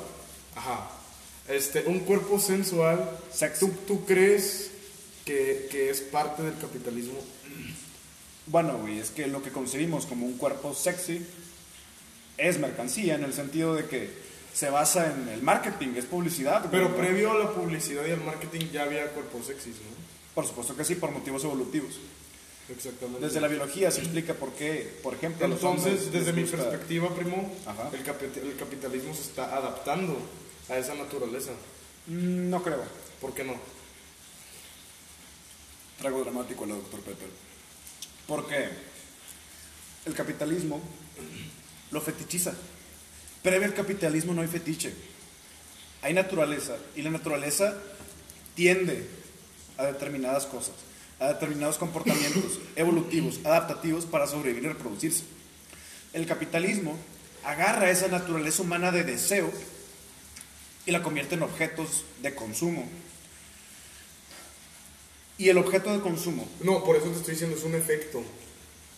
[SPEAKER 2] Ajá. Este, un cuerpo sensual.
[SPEAKER 1] Sexy.
[SPEAKER 2] ¿Tú, tú crees que, que es parte del capitalismo?
[SPEAKER 1] Bueno, güey, es que lo que concebimos como un cuerpo sexy es mercancía en el sentido de que se basa en el marketing, es publicidad. güey,
[SPEAKER 2] Pero
[SPEAKER 1] ¿no?
[SPEAKER 2] previo a la publicidad y al marketing ya había cuerpos sexys, ¿no?
[SPEAKER 1] Por supuesto que sí, por motivos evolutivos.
[SPEAKER 2] Exactamente.
[SPEAKER 1] Desde la biología se explica por qué, por ejemplo, a los
[SPEAKER 2] Entonces,
[SPEAKER 1] hombres les
[SPEAKER 2] desde mi
[SPEAKER 1] gusta-
[SPEAKER 2] perspectiva, primo,
[SPEAKER 1] Ajá.
[SPEAKER 2] el, capi- el capitalismo se está adaptando a esa naturaleza.
[SPEAKER 1] Mm, No creo.
[SPEAKER 2] ¿Por qué no?
[SPEAKER 1] Trago dramático a la doctor Pepper. Porque el capitalismo lo fetichiza. Previo al capitalismo no hay fetiche. Hay naturaleza. Y la naturaleza tiende a determinadas cosas, a determinados comportamientos evolutivos, adaptativos para sobrevivir y reproducirse. El capitalismo agarra esa naturaleza humana de deseo y la convierte en objetos de consumo. Y el objeto de consumo
[SPEAKER 2] No, por eso te estoy diciendo, es un efecto.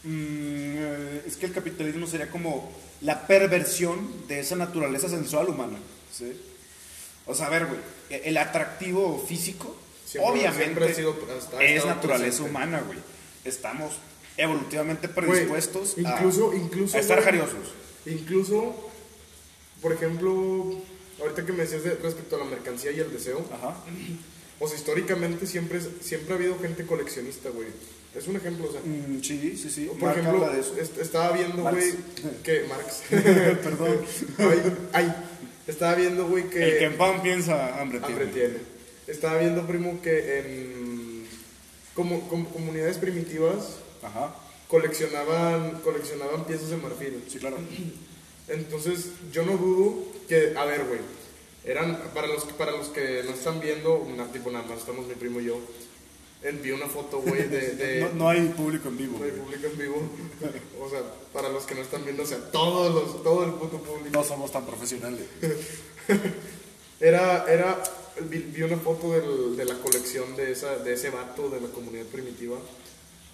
[SPEAKER 1] Mm, eh, es que el capitalismo sería como la perversión de esa naturaleza sensual humana. ¿sí? O sea, a ver, güey, e- el atractivo físico,
[SPEAKER 2] Siempre- siempre
[SPEAKER 1] obviamente,
[SPEAKER 2] ha sido- hasta- ha
[SPEAKER 1] es
[SPEAKER 2] estado
[SPEAKER 1] naturaleza
[SPEAKER 2] presente.
[SPEAKER 1] humana, güey. Estamos evolutivamente
[SPEAKER 2] Güey,
[SPEAKER 1] predispuestos a-
[SPEAKER 2] incluso, incluso,
[SPEAKER 1] a estar
[SPEAKER 2] güey,
[SPEAKER 1] jariosos.
[SPEAKER 2] Incluso, por ejemplo, ahorita que me decías de- respecto a la mercancía y el deseo,
[SPEAKER 1] Ajá.
[SPEAKER 2] o sea, históricamente siempre, es- siempre ha habido gente coleccionista, güey. Es un ejemplo, o sea,
[SPEAKER 1] Mm, sí, sí, sí.
[SPEAKER 2] Por
[SPEAKER 1] Marca
[SPEAKER 2] ejemplo,
[SPEAKER 1] habla de eso.
[SPEAKER 2] est- estaba viendo,
[SPEAKER 1] Marx.
[SPEAKER 2] güey, que Marx. eh,
[SPEAKER 1] Perdón.
[SPEAKER 2] ay, ay, estaba viendo, güey, que.
[SPEAKER 1] el que en pan piensa, hambre tiene.
[SPEAKER 2] hambre tiene. Estaba viendo, primo, que en. Como, como comunidades primitivas
[SPEAKER 1] Ajá.
[SPEAKER 2] coleccionaban, coleccionaban piezas de marfil.
[SPEAKER 1] Sí, claro.
[SPEAKER 2] Entonces, yo no dudo que, a ver, güey, eran, para los, para los que no están viendo, una, tipo nada más, estamos mi primo y yo, envié una foto, güey, de... de
[SPEAKER 1] No, no hay público en vivo.
[SPEAKER 2] de
[SPEAKER 1] güey.
[SPEAKER 2] Eh, público en vivo. O sea, para los que no están viendo, o sea, todos los, todo el puto público.
[SPEAKER 1] No somos tan profesionales.
[SPEAKER 2] Era, era, vi, vi una foto del- de la colección de, esa, de ese vato de la comunidad primitiva,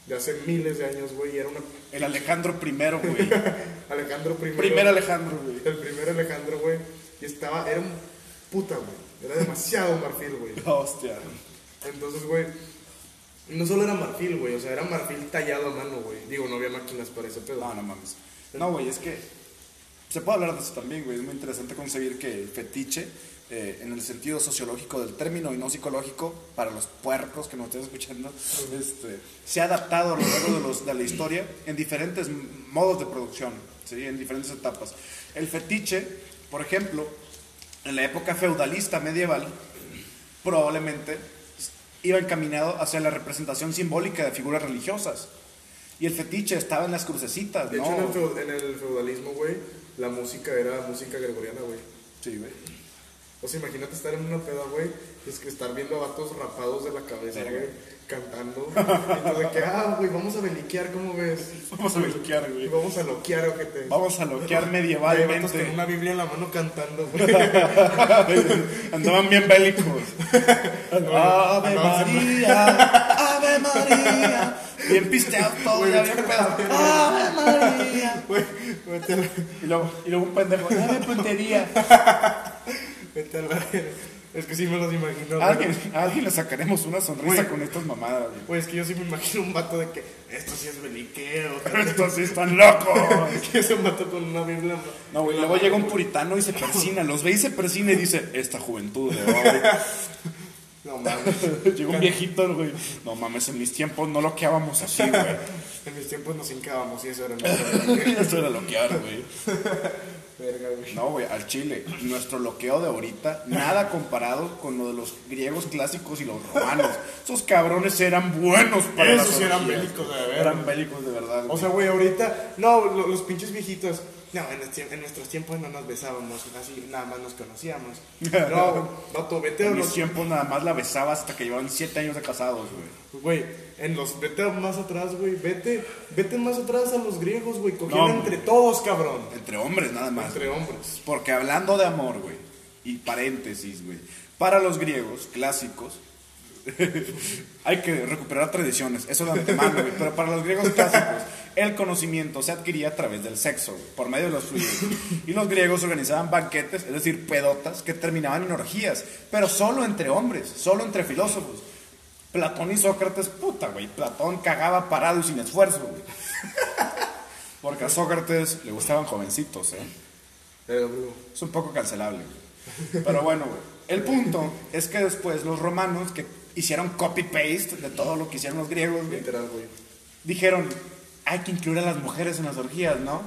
[SPEAKER 2] de hace miles de años, güey, y era una...
[SPEAKER 1] El Alejandro primero, güey.
[SPEAKER 2] Alejandro I.
[SPEAKER 1] Primer Alejandro, güey.
[SPEAKER 2] El primer Alejandro, güey. Y estaba, era un puta, güey. Era demasiado marfil, güey.
[SPEAKER 1] Hostia.
[SPEAKER 2] Entonces, güey, no solo era marfil, güey. O sea, era marfil tallado a mano, güey. Digo, no había máquinas para ese pedo.
[SPEAKER 1] No, no mames. No, güey, es que se puede hablar de eso también, güey. Es muy interesante concebir que el fetiche, eh, en el sentido sociológico del término y no psicológico, para los puercos que nos estén escuchando, este, se ha adaptado a lo largo de, los- de la historia en diferentes m- modos de producción, ¿sí? en diferentes etapas. El fetiche, por ejemplo, en la época feudalista medieval, probablemente iba encaminado hacia la representación simbólica de figuras religiosas. Y el fetiche estaba en las crucecitas,
[SPEAKER 2] De
[SPEAKER 1] ¿no?
[SPEAKER 2] hecho, en el, feu- en el feudalismo, güey, la música era música gregoriana, güey.
[SPEAKER 1] Sí, güey.
[SPEAKER 2] O sea, imagínate estar en una peda, güey, y es que estar viendo a vatos rapados de la cabeza,
[SPEAKER 1] Verga.
[SPEAKER 2] güey, cantando. Entonces, de que, ah, güey, vamos a beliquear, ¿cómo ves?
[SPEAKER 1] Vamos a bloquear,
[SPEAKER 2] Y
[SPEAKER 1] güey.
[SPEAKER 2] vamos a loquear, ojete.
[SPEAKER 1] Vamos a bloquear
[SPEAKER 2] Hay vatos con
[SPEAKER 1] medievalmente.
[SPEAKER 2] una Biblia en la mano cantando, güey.
[SPEAKER 1] Andaban bien bélicos. Ave
[SPEAKER 2] Andaban
[SPEAKER 1] María, Ave María. Bien pisteado todo,
[SPEAKER 2] Güey,
[SPEAKER 1] ya
[SPEAKER 2] vete
[SPEAKER 1] bien
[SPEAKER 2] a
[SPEAKER 1] pedo.
[SPEAKER 2] la
[SPEAKER 1] Ave María.
[SPEAKER 2] Güey, vete a la,
[SPEAKER 1] Y luego, y luego un pendejo, dame puntería.
[SPEAKER 2] vete a la- pues Es que sí me los
[SPEAKER 1] A
[SPEAKER 2] imagino. güey.
[SPEAKER 1] alguien, a alguien le sacaremos una sonrisa
[SPEAKER 2] Güey.
[SPEAKER 1] con estas mamadas, güey.
[SPEAKER 2] Güey, es que yo sí me imagino un vato de que esto sí es beliqueo.
[SPEAKER 1] Estos sí están locos.
[SPEAKER 2] que se mató con una Biblia.
[SPEAKER 1] No, güey, luego llega un puritano y se persina, los ve y se persina y dice, esta juventud de hoy.
[SPEAKER 2] No mames.
[SPEAKER 1] Llegó un viejito, güey. No mames, en mis tiempos no loqueábamos así, güey.
[SPEAKER 2] En mis tiempos nos hincábamos y eso era nuestro beliqueo.
[SPEAKER 1] Eso era loquear, güey.
[SPEAKER 2] Verga, güey.
[SPEAKER 1] No, güey, al Chile. Nuestro bloqueo de ahorita, nada comparado con lo de los griegos clásicos y los romanos. Esos cabrones eran buenos para
[SPEAKER 2] Esos
[SPEAKER 1] las
[SPEAKER 2] sí eran
[SPEAKER 1] orgías.
[SPEAKER 2] bélicos, de verdad.
[SPEAKER 1] Eran bélicos de verdad.
[SPEAKER 2] O sea, güey, ahorita. No, lo- los pinches viejitos. No, en, los tiemp- en nuestros tiempos no nos besábamos, así nada más nos conocíamos. No, vato, vete a
[SPEAKER 1] en mis
[SPEAKER 2] los.
[SPEAKER 1] tiempos nada más la besaba hasta que llevaban 7 años de casados, güey.
[SPEAKER 2] Güey, en los. Vete más atrás, güey. Vete, vete más atrás a los griegos, güey. Cogían
[SPEAKER 1] No,
[SPEAKER 2] entre todos, cabrón.
[SPEAKER 1] Entre hombres nada más.
[SPEAKER 2] Entre hombres.
[SPEAKER 1] Porque hablando de amor, güey, y paréntesis, güey, para los griegos clásicos, hay que recuperar tradiciones, eso de antemano, güey, pero para los griegos clásicos, el conocimiento se adquiría a través del sexo, güey, por medio de los fluidos. Y los griegos organizaban banquetes, es decir, pedotas, que terminaban en orgías, pero solo entre hombres, solo entre filósofos. Platón y Sócrates, puta, güey, Platón cagaba parado y sin esfuerzo, güey. Porque a Sócrates le gustaban jovencitos, ¿eh?
[SPEAKER 2] Pero, güey,
[SPEAKER 1] Es un poco cancelable. güey. Pero bueno, güey. El punto es que después los romanos, que hicieron copy-paste de todo lo que hicieron los griegos, güey,
[SPEAKER 2] literal, güey.
[SPEAKER 1] dijeron, hay que incluir a las mujeres en las orgías, ¿no?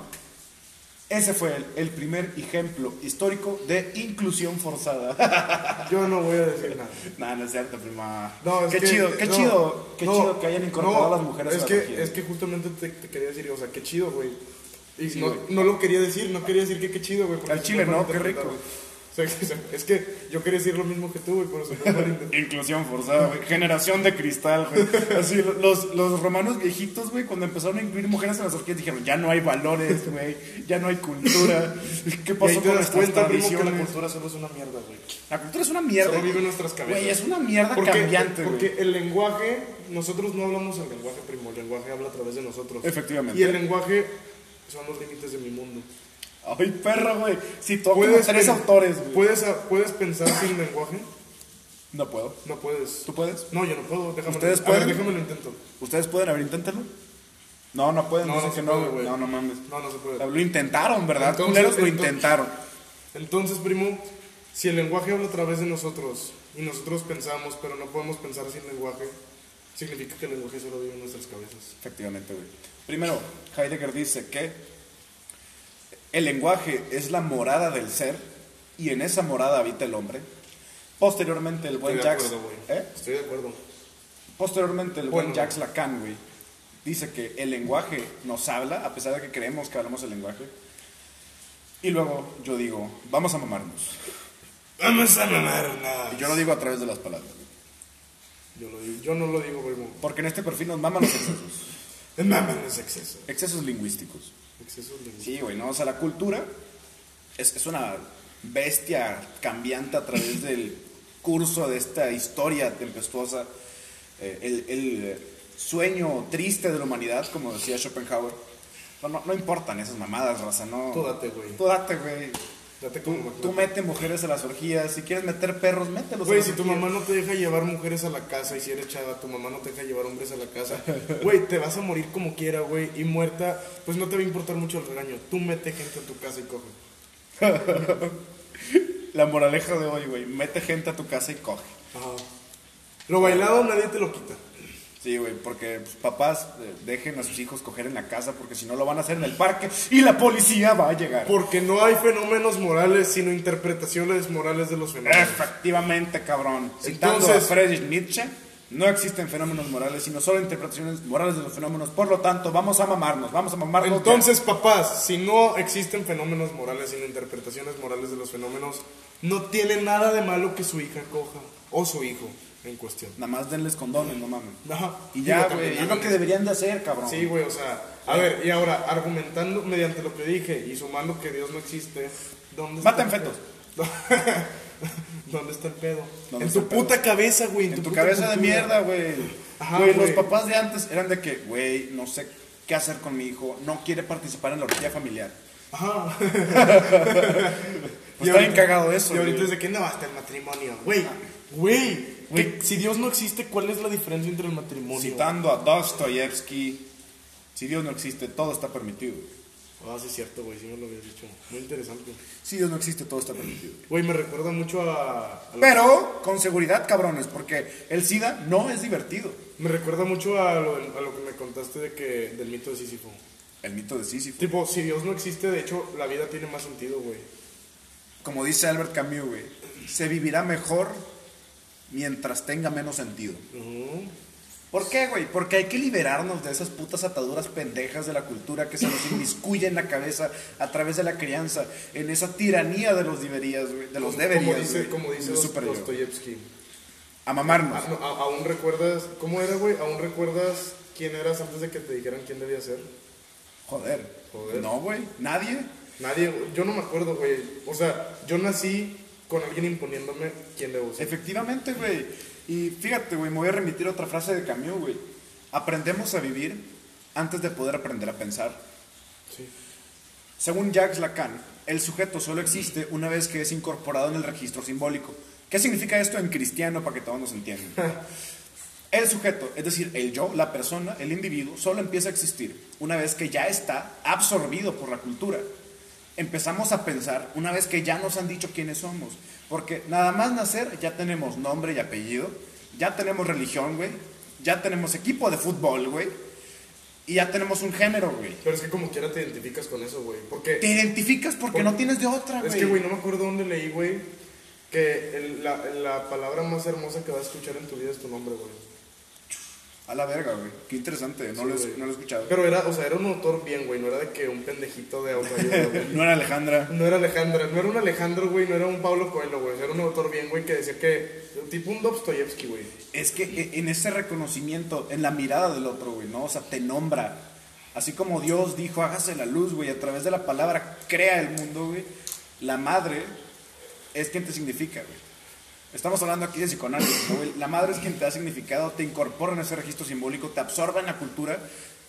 [SPEAKER 1] Ese fue el, el primer ejemplo histórico de inclusión forzada.
[SPEAKER 2] Yo no voy a decir nada.
[SPEAKER 1] nah, no es cierto, prima.
[SPEAKER 2] No, es
[SPEAKER 1] qué
[SPEAKER 2] que-
[SPEAKER 1] chido, qué
[SPEAKER 2] no,
[SPEAKER 1] chido, qué
[SPEAKER 2] no,
[SPEAKER 1] chido que hayan incorporado
[SPEAKER 2] no,
[SPEAKER 1] a las mujeres
[SPEAKER 2] es
[SPEAKER 1] en
[SPEAKER 2] que,
[SPEAKER 1] las orgías.
[SPEAKER 2] Es que justamente te, te quería decir, o sea, qué chido, güey. Y
[SPEAKER 1] Sí,
[SPEAKER 2] no,
[SPEAKER 1] güey.
[SPEAKER 2] no lo quería decir, no quería decir que qué chido, güey. porque
[SPEAKER 1] Al
[SPEAKER 2] se
[SPEAKER 1] chile,
[SPEAKER 2] fue
[SPEAKER 1] no,
[SPEAKER 2] para
[SPEAKER 1] qué
[SPEAKER 2] interpretar,
[SPEAKER 1] rico.
[SPEAKER 2] güey. O sea, es que yo quería decir lo mismo que tú, güey, por eso fue para intentar.
[SPEAKER 1] Inclusión forzada, güey. Generación de cristal, güey. Así, los, los romanos viejitos, güey, cuando empezaron a incluir mujeres en las orquídeas, dijeron, ya no hay valores, güey. Ya no hay cultura. ¿Qué
[SPEAKER 2] Y ahí
[SPEAKER 1] pasó
[SPEAKER 2] te
[SPEAKER 1] con
[SPEAKER 2] das
[SPEAKER 1] nuestras
[SPEAKER 2] cuenta, primo, que
[SPEAKER 1] tradiciones?
[SPEAKER 2] la cultura solo es una mierda, güey.
[SPEAKER 1] La cultura es una mierda.
[SPEAKER 2] Solo vive
[SPEAKER 1] güey.
[SPEAKER 2] en nuestras cabezas.
[SPEAKER 1] Güey, es una mierda
[SPEAKER 2] Porque,
[SPEAKER 1] cambiante,
[SPEAKER 2] porque
[SPEAKER 1] güey.
[SPEAKER 2] el lenguaje, nosotros no hablamos el lenguaje, primo, el lenguaje habla a través de nosotros.
[SPEAKER 1] Efectivamente.
[SPEAKER 2] Y el lenguaje son los límites de mi mundo.
[SPEAKER 1] Ay, perro, güey. Si tú
[SPEAKER 2] Puedes
[SPEAKER 1] tres
[SPEAKER 2] pen-
[SPEAKER 1] autores, güey.
[SPEAKER 2] ¿Puedes, puedes pensar sin lenguaje?
[SPEAKER 1] No puedo.
[SPEAKER 2] No puedes.
[SPEAKER 1] ¿Tú puedes?
[SPEAKER 2] No, yo no puedo. Déjame.
[SPEAKER 1] ¿Ustedes
[SPEAKER 2] a ver,
[SPEAKER 1] pueden?
[SPEAKER 2] déjame lo intento.
[SPEAKER 1] ¿Ustedes pueden? A ver, inténtalo. No, no pueden.
[SPEAKER 2] No,
[SPEAKER 1] dicen
[SPEAKER 2] no se
[SPEAKER 1] que no,
[SPEAKER 2] puede, güey.
[SPEAKER 1] No, no mames.
[SPEAKER 2] No, no se puede.
[SPEAKER 1] Lo intentaron, ¿verdad?
[SPEAKER 2] Entonces,
[SPEAKER 1] Culeros lo
[SPEAKER 2] entonces-
[SPEAKER 1] intentaron.
[SPEAKER 2] Entonces, primo, si el lenguaje habla a través de nosotros y nosotros pensamos, pero no podemos pensar sin lenguaje, significa que el lenguaje solo vive en nuestras cabezas.
[SPEAKER 1] Efectivamente, güey. Primero, Heidegger dice que el lenguaje es la morada del ser y en esa morada habita el hombre. Posteriormente, el buen
[SPEAKER 2] Estoy de
[SPEAKER 1] Jacques.
[SPEAKER 2] acuerdo, güey.
[SPEAKER 1] ¿Eh?
[SPEAKER 2] Estoy de acuerdo.
[SPEAKER 1] Posteriormente, el
[SPEAKER 2] Bueno,
[SPEAKER 1] buen Jacques Lacan, güey, dice que el lenguaje nos habla, a pesar de que creemos que hablamos el lenguaje. Y luego yo digo, vamos a mamarnos.
[SPEAKER 2] Vamos a mamarnos.
[SPEAKER 1] Y yo lo digo a través de las palabras, güey.
[SPEAKER 2] Yo, lo digo- yo no lo digo, primo.
[SPEAKER 1] porque en este perfil nos maman los excesos,
[SPEAKER 2] Mamarnos exceso.
[SPEAKER 1] excesos lingüísticos.
[SPEAKER 2] Exceso de
[SPEAKER 1] Sí, güey, ¿no? O sea, la cultura es, es una bestia cambiante a través del curso de esta historia tempestuosa. eh, el, el, eh, sueño triste de la humanidad, como decía Schopenhauer. No, no, no importan esas mamadas, raza, no.
[SPEAKER 2] Tú date, güey.
[SPEAKER 1] Tú date, güey.
[SPEAKER 2] Date como
[SPEAKER 1] Tú mete mujeres a las orgías. Si quieres meter perros, mételos. a
[SPEAKER 2] Güey,
[SPEAKER 1] las
[SPEAKER 2] si tu
[SPEAKER 1] orgías.
[SPEAKER 2] mamá no te deja llevar mujeres a la casa y si eres chava, tu mamá no te deja llevar hombres a la casa, güey, te vas a morir como quiera, güey, y muerta, pues no te va a importar mucho el regaño. Tú mete gente a tu casa y coge.
[SPEAKER 1] La moraleja de hoy, güey. Mete gente a tu casa y coge.
[SPEAKER 2] Ajá. Lo bailado nadie te lo quita.
[SPEAKER 1] Sí, güey, porque pues, papás eh, dejen a sus hijos coger en la casa porque si no lo van a hacer en el parque y la policía va a llegar.
[SPEAKER 2] Porque no hay fenómenos morales, sino interpretaciones morales de los fenómenos.
[SPEAKER 1] Efectivamente, cabrón. Citando
[SPEAKER 2] Entonces-
[SPEAKER 1] a Friedrich Nietzsche, no existen fenómenos morales, sino solo interpretaciones morales de los fenómenos. Por lo tanto, vamos a mamarnos, vamos a mamarnos.
[SPEAKER 2] Entonces, papás, si no existen fenómenos morales, sino interpretaciones morales de los fenómenos, no tiene nada de malo que su hija coja o su hijo en cuestión.
[SPEAKER 1] ya. Nada más denles condones, no mames.
[SPEAKER 2] Ajá.
[SPEAKER 1] Y ya,
[SPEAKER 2] Digo, también
[SPEAKER 1] güey, es
[SPEAKER 2] hagan
[SPEAKER 1] lo que deberían de hacer, cabrón.
[SPEAKER 2] Sí, güey, o sea, a ver, y ahora, argumentando mediante lo que dije y sumando que Dios no existe, ¿dónde
[SPEAKER 1] Maten
[SPEAKER 2] está el
[SPEAKER 1] fetos.
[SPEAKER 2] pedo? ¿Dónde está el pedo?
[SPEAKER 1] ¿Dónde
[SPEAKER 2] en
[SPEAKER 1] está
[SPEAKER 2] tu
[SPEAKER 1] el pedo?
[SPEAKER 2] puta cabeza, güey.
[SPEAKER 1] En tu
[SPEAKER 2] puta
[SPEAKER 1] cabeza de
[SPEAKER 2] cultura.
[SPEAKER 1] mierda, güey.
[SPEAKER 2] Ajá,
[SPEAKER 1] Güey, los
[SPEAKER 2] güey.
[SPEAKER 1] papás de antes eran de que, güey, no sé qué hacer con mi hijo, no quiere participar en la orgía familiar.
[SPEAKER 2] Ajá.
[SPEAKER 1] Pues está bien cagado eso,
[SPEAKER 2] Y ahorita
[SPEAKER 1] güey.
[SPEAKER 2] es de que no, hasta el matrimonio, güey. Güey.
[SPEAKER 1] Güey.
[SPEAKER 2] que Si Dios no existe, ¿cuál es la diferencia entre el matrimonio?
[SPEAKER 1] Citando a Dostoyevsky, si Dios no existe, todo está permitido.
[SPEAKER 2] Ah, sí, es cierto, güey, sí me lo habías dicho. Muy interesante.
[SPEAKER 1] Si Dios no existe, todo está permitido.
[SPEAKER 2] Güey, me recuerda mucho a. a la-
[SPEAKER 1] Pero con seguridad, cabrones, porque el SIDA no es divertido.
[SPEAKER 2] Me recuerda mucho a lo, a lo que me contaste de que, del mito de Sísifo.
[SPEAKER 1] El mito de Sísifo.
[SPEAKER 2] Tipo, si Dios no existe, de hecho, la vida tiene más sentido, güey.
[SPEAKER 1] Como dice Albert Camus, güey, se vivirá mejor mientras tenga menos sentido. ¿Por qué, güey? Porque hay que liberarnos de esas putas ataduras pendejas de la cultura que se nos inmiscuye en la cabeza a través de la crianza, en esa tiranía de los deberías, güey, de los deberías.
[SPEAKER 2] Como dice,
[SPEAKER 1] güey,
[SPEAKER 2] como dice
[SPEAKER 1] del
[SPEAKER 2] Dost-
[SPEAKER 1] superyo.
[SPEAKER 2] Dostoyevsky.
[SPEAKER 1] A mamarnos.
[SPEAKER 2] Ah, no, a- ¿Aún recuerdas, cómo era, güey? ¿Aún recuerdas quién eras antes de que te dijeran quién debía ser?
[SPEAKER 1] Joder.
[SPEAKER 2] Joder.
[SPEAKER 1] No, güey. Nadie.
[SPEAKER 2] Nadie, güey. yo no me acuerdo, güey. O sea, yo nací con alguien imponiéndome quién debo ser.
[SPEAKER 1] Efectivamente, güey. Y fíjate, güey, me voy a remitir a otra frase de Camus, güey. Aprendemos a vivir antes de poder aprender a pensar.
[SPEAKER 2] Sí.
[SPEAKER 1] Según Jacques Lacan, el sujeto solo existe una vez que es incorporado en el registro simbólico. ¿Qué significa esto en cristiano para que todos nos entiendan? El sujeto, es decir, el yo, la persona, el individuo, solo empieza a existir una vez que ya está absorbido por la cultura. Empezamos a pensar una vez que ya nos han dicho quiénes somos. Porque nada más nacer ya tenemos nombre y apellido, ya tenemos religión, güey, ya tenemos equipo de fútbol, güey, y ya tenemos un género, güey.
[SPEAKER 2] Pero es que como quiera te identificas con eso, güey. Porque
[SPEAKER 1] Te identificas porque no tienes de otra, güey.
[SPEAKER 2] es que, güey, no me acuerdo dónde leí, güey, que el- la, la palabra más hermosa que vas a escuchar en tu vida es tu nombre, güey.
[SPEAKER 1] A la verga, güey. Qué interesante. No,
[SPEAKER 2] Sí,
[SPEAKER 1] lo, he-
[SPEAKER 2] güey.
[SPEAKER 1] no lo he escuchado.
[SPEAKER 2] Pero era, o sea, era un autor bien, güey. No era de que un pendejito de autoayuda, güey.
[SPEAKER 1] No era Alejandra.
[SPEAKER 2] No era Alejandra, no era un Alejandro, güey, no era un Pablo Coelho, güey. Era un autor bien, güey, que decía que. Tipo un Dostoyevsky, güey.
[SPEAKER 1] Es que e- en ese reconocimiento, en la mirada del otro, güey, ¿no? O sea, te nombra. Así como Dios dijo, hágase la luz, güey, a través de la palabra, crea el mundo, güey. La madre es quien te significa, güey. Estamos hablando aquí de psicoanálisis, ¿no, güey? La madre es quien te da significado, te incorpora en ese registro simbólico, te absorba en la cultura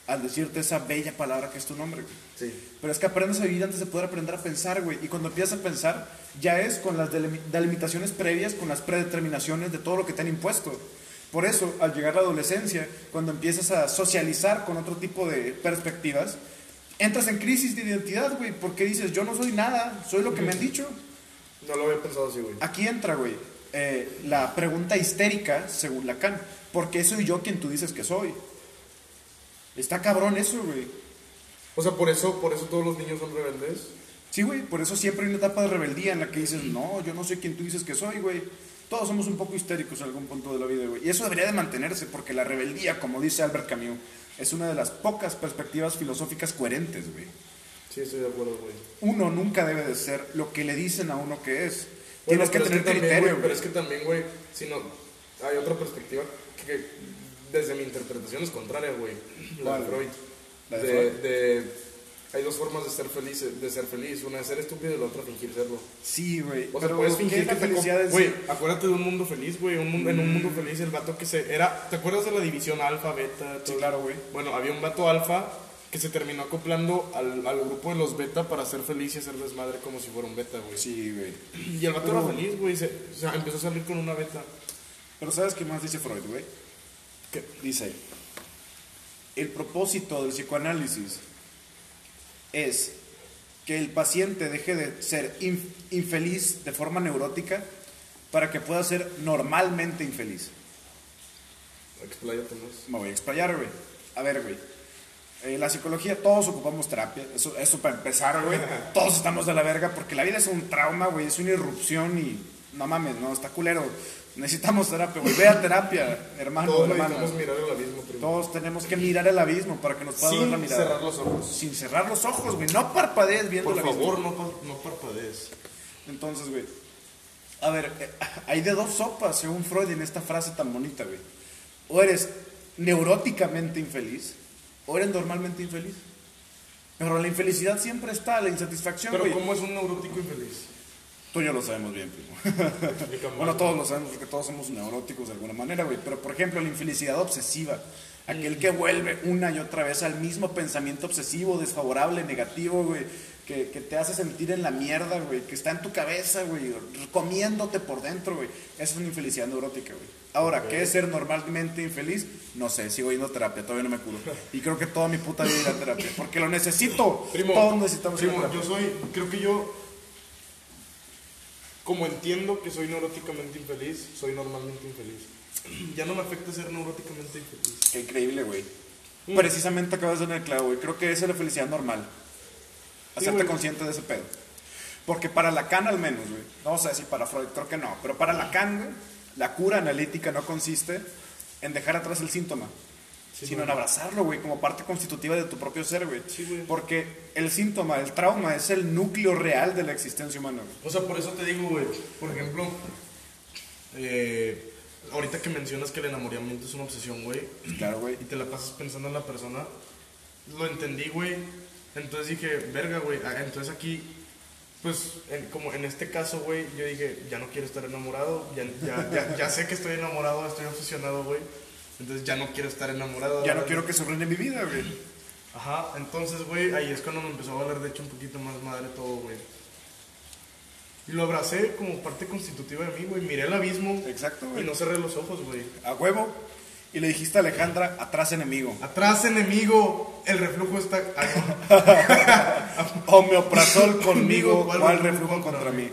[SPEAKER 1] al decirte esa bella palabra que es tu nombre, güey.
[SPEAKER 2] Sí.
[SPEAKER 1] Pero es que aprendes a vivir antes de poder aprender a pensar, güey. Y cuando empiezas a pensar, ya es con las delimi- delimitaciones previas, con las predeterminaciones de todo lo que te han impuesto. Por eso, al llegar a la adolescencia, cuando empiezas a socializar con otro tipo de perspectivas, entras en crisis de identidad, güey. Porque dices, yo no soy nada, soy lo que me han dicho.
[SPEAKER 2] No lo había pensado así, güey.
[SPEAKER 1] Aquí entra, güey, eh, la pregunta histérica, según Lacan. ¿Por qué soy yo quien tú dices que soy? Está cabrón eso, güey.
[SPEAKER 2] O sea, por eso, por eso todos los niños son rebeldes.
[SPEAKER 1] Sí, güey, por eso siempre hay una etapa de rebeldía en la que dices, no, yo no soy quien tú dices que soy, güey. Todos somos un poco histéricos en algún punto de la vida, güey. Y eso debería de mantenerse, porque la rebeldía, como dice Albert Camus, es una de las pocas perspectivas filosóficas coherentes, güey.
[SPEAKER 2] Sí, estoy de acuerdo, güey.
[SPEAKER 1] Uno nunca debe de ser lo que le dicen a uno que es.
[SPEAKER 2] Bueno,
[SPEAKER 1] Tienes que
[SPEAKER 2] pero es
[SPEAKER 1] tener
[SPEAKER 2] también, güey,
[SPEAKER 1] criterio,
[SPEAKER 2] Pero
[SPEAKER 1] güey.
[SPEAKER 2] es que también, güey, si no. Hay otra perspectiva que, que desde mi interpretación es contraria, güey. La
[SPEAKER 1] ¿Cuál,
[SPEAKER 2] de
[SPEAKER 1] güey?
[SPEAKER 2] Freud.
[SPEAKER 1] La de
[SPEAKER 2] de,
[SPEAKER 1] Freud.
[SPEAKER 2] de- hay dos formas de ser feliz, de ser feliz, una es ser estúpido y la otra fingir serlo.
[SPEAKER 1] Sí, güey.
[SPEAKER 2] O sea,
[SPEAKER 1] Pero
[SPEAKER 2] puedes
[SPEAKER 1] ¿qué
[SPEAKER 2] fingir
[SPEAKER 1] es Mm. la
[SPEAKER 2] que te
[SPEAKER 1] felicidad
[SPEAKER 2] com-
[SPEAKER 1] en sí?
[SPEAKER 2] Güey, acuérdate de un mundo feliz, güey. un mundo- En un mundo feliz, el vato que se. era ¿Te acuerdas de la división alfa, beta?
[SPEAKER 1] Sí,
[SPEAKER 2] todo?
[SPEAKER 1] claro, güey.
[SPEAKER 2] Bueno, había un vato alfa que se terminó acoplando al, al grupo de los beta para ser feliz y hacer desmadre como si fuera un beta, güey.
[SPEAKER 1] Sí, güey.
[SPEAKER 2] Y el vato era feliz, güey. se- O sea, empezó a salir con una beta.
[SPEAKER 1] Pero ¿sabes qué más dice Freud, güey?
[SPEAKER 2] ¿Qué?
[SPEAKER 1] Dice, el propósito del psicoanálisis es que el paciente deje de ser in- infeliz de forma neurótica para que pueda ser normalmente infeliz.
[SPEAKER 2] Expláyate más.
[SPEAKER 1] Me voy a explayar, güey. A ver, güey. Eh, la psicología, todos ocupamos terapia. Eso, eso para empezar, güey. Todos estamos de la verga porque la vida es un trauma, güey. Es una irrupción y no mames, no, está culero. Necesitamos terapia, güey. Ve a terapia, Ah, hermano.
[SPEAKER 2] Todos
[SPEAKER 1] hermana.
[SPEAKER 2] necesitamos mirar el abismo primero.
[SPEAKER 1] Todos tenemos que mirar el abismo para que nos pueda ver la
[SPEAKER 2] Sin
[SPEAKER 1] mirada.
[SPEAKER 2] cerrar los ojos.
[SPEAKER 1] Sin cerrar los ojos, güey. No parpadees viendo
[SPEAKER 3] Por
[SPEAKER 1] el abismo.
[SPEAKER 3] favor, no, pa- no parpadees.
[SPEAKER 1] Entonces, güey. A ver, eh, hay de dos sopas, según Freud, en esta frase tan bonita, güey. O eres neuróticamente infeliz, o eres normalmente infeliz. Pero la infelicidad siempre está, la insatisfacción,
[SPEAKER 2] Pero,
[SPEAKER 1] güey.
[SPEAKER 2] ¿cómo es un neurótico infeliz?
[SPEAKER 1] Tú y yo lo sabemos bien, primo. bueno, todos lo sabemos porque todos somos neuróticos de alguna manera, güey. Pero, por ejemplo, la infelicidad obsesiva. Aquel que vuelve una y otra vez al mismo pensamiento obsesivo, desfavorable, negativo, güey. Que, que te hace sentir en la mierda, güey. Que está en tu cabeza, güey. Comiéndote por dentro, güey. Esa es una infelicidad neurótica, güey. Ahora, ¿qué es ser normalmente infeliz? No sé, sigo yendo a terapia, todavía no me curo. Y creo que toda mi puta vida iré a terapia. Porque lo necesito.
[SPEAKER 2] Primo,
[SPEAKER 1] todos necesitamos ir a
[SPEAKER 2] primo,
[SPEAKER 1] terapia.
[SPEAKER 2] yo soy, creo que yo, como entiendo que soy neuróticamente infeliz, soy normalmente infeliz. Ya no me afecta ser neuróticamente infeliz.
[SPEAKER 1] Qué increíble, güey.
[SPEAKER 2] Mm.
[SPEAKER 1] Precisamente acabas de dar el clavo, y creo que esa es la felicidad normal. Hacerte
[SPEAKER 2] güey.
[SPEAKER 1] consciente de ese pedo. Porque para Lacan al menos, güey, no vamos a decir para Freud, creo que no, pero para Lacan, güey, la cura analítica no consiste en dejar atrás el síntoma,
[SPEAKER 2] Sí,
[SPEAKER 1] sino
[SPEAKER 2] güey.
[SPEAKER 1] en abrazarlo, güey, como parte constitutiva de tu propio ser, güey.
[SPEAKER 2] Sí, güey.
[SPEAKER 1] Porque el síntoma, el trauma, es el núcleo real de la existencia humana, güey.
[SPEAKER 2] O sea, por eso te digo, güey. Por ejemplo, eh, ahorita que mencionas que el enamoramiento es una obsesión, güey,
[SPEAKER 1] Claro, güey.
[SPEAKER 2] y te la pasas pensando en la persona, lo entendí, güey. Entonces dije, verga, güey. ah, Entonces aquí, pues, en- como en este caso, güey, yo dije, ya no quiero estar enamorado, ya, ya, ya, ya sé que estoy enamorado, estoy obsesionado, güey. Entonces ya no quiero estar enamorado.
[SPEAKER 1] Ya no
[SPEAKER 2] güey.
[SPEAKER 1] quiero que se ruine mi vida, güey.
[SPEAKER 2] Ajá, entonces, güey, ahí es cuando me empezó a valer, de hecho, un poquito más madre todo, güey. Y lo abracé como parte constitutiva de mí, güey. Miré el abismo
[SPEAKER 1] Exacto,
[SPEAKER 2] y
[SPEAKER 1] güey.
[SPEAKER 2] no cerré los ojos, güey.
[SPEAKER 1] A huevo. Y le dijiste a Alejandra, atrás enemigo.
[SPEAKER 2] Atrás, enemigo, el reflujo está... Ah, no.
[SPEAKER 1] Homeoprazol conmigo,
[SPEAKER 2] ¿Cuál
[SPEAKER 1] ¿cuál
[SPEAKER 2] reflujo
[SPEAKER 1] reflujo
[SPEAKER 2] contra
[SPEAKER 1] contra
[SPEAKER 2] mí?
[SPEAKER 1] mí?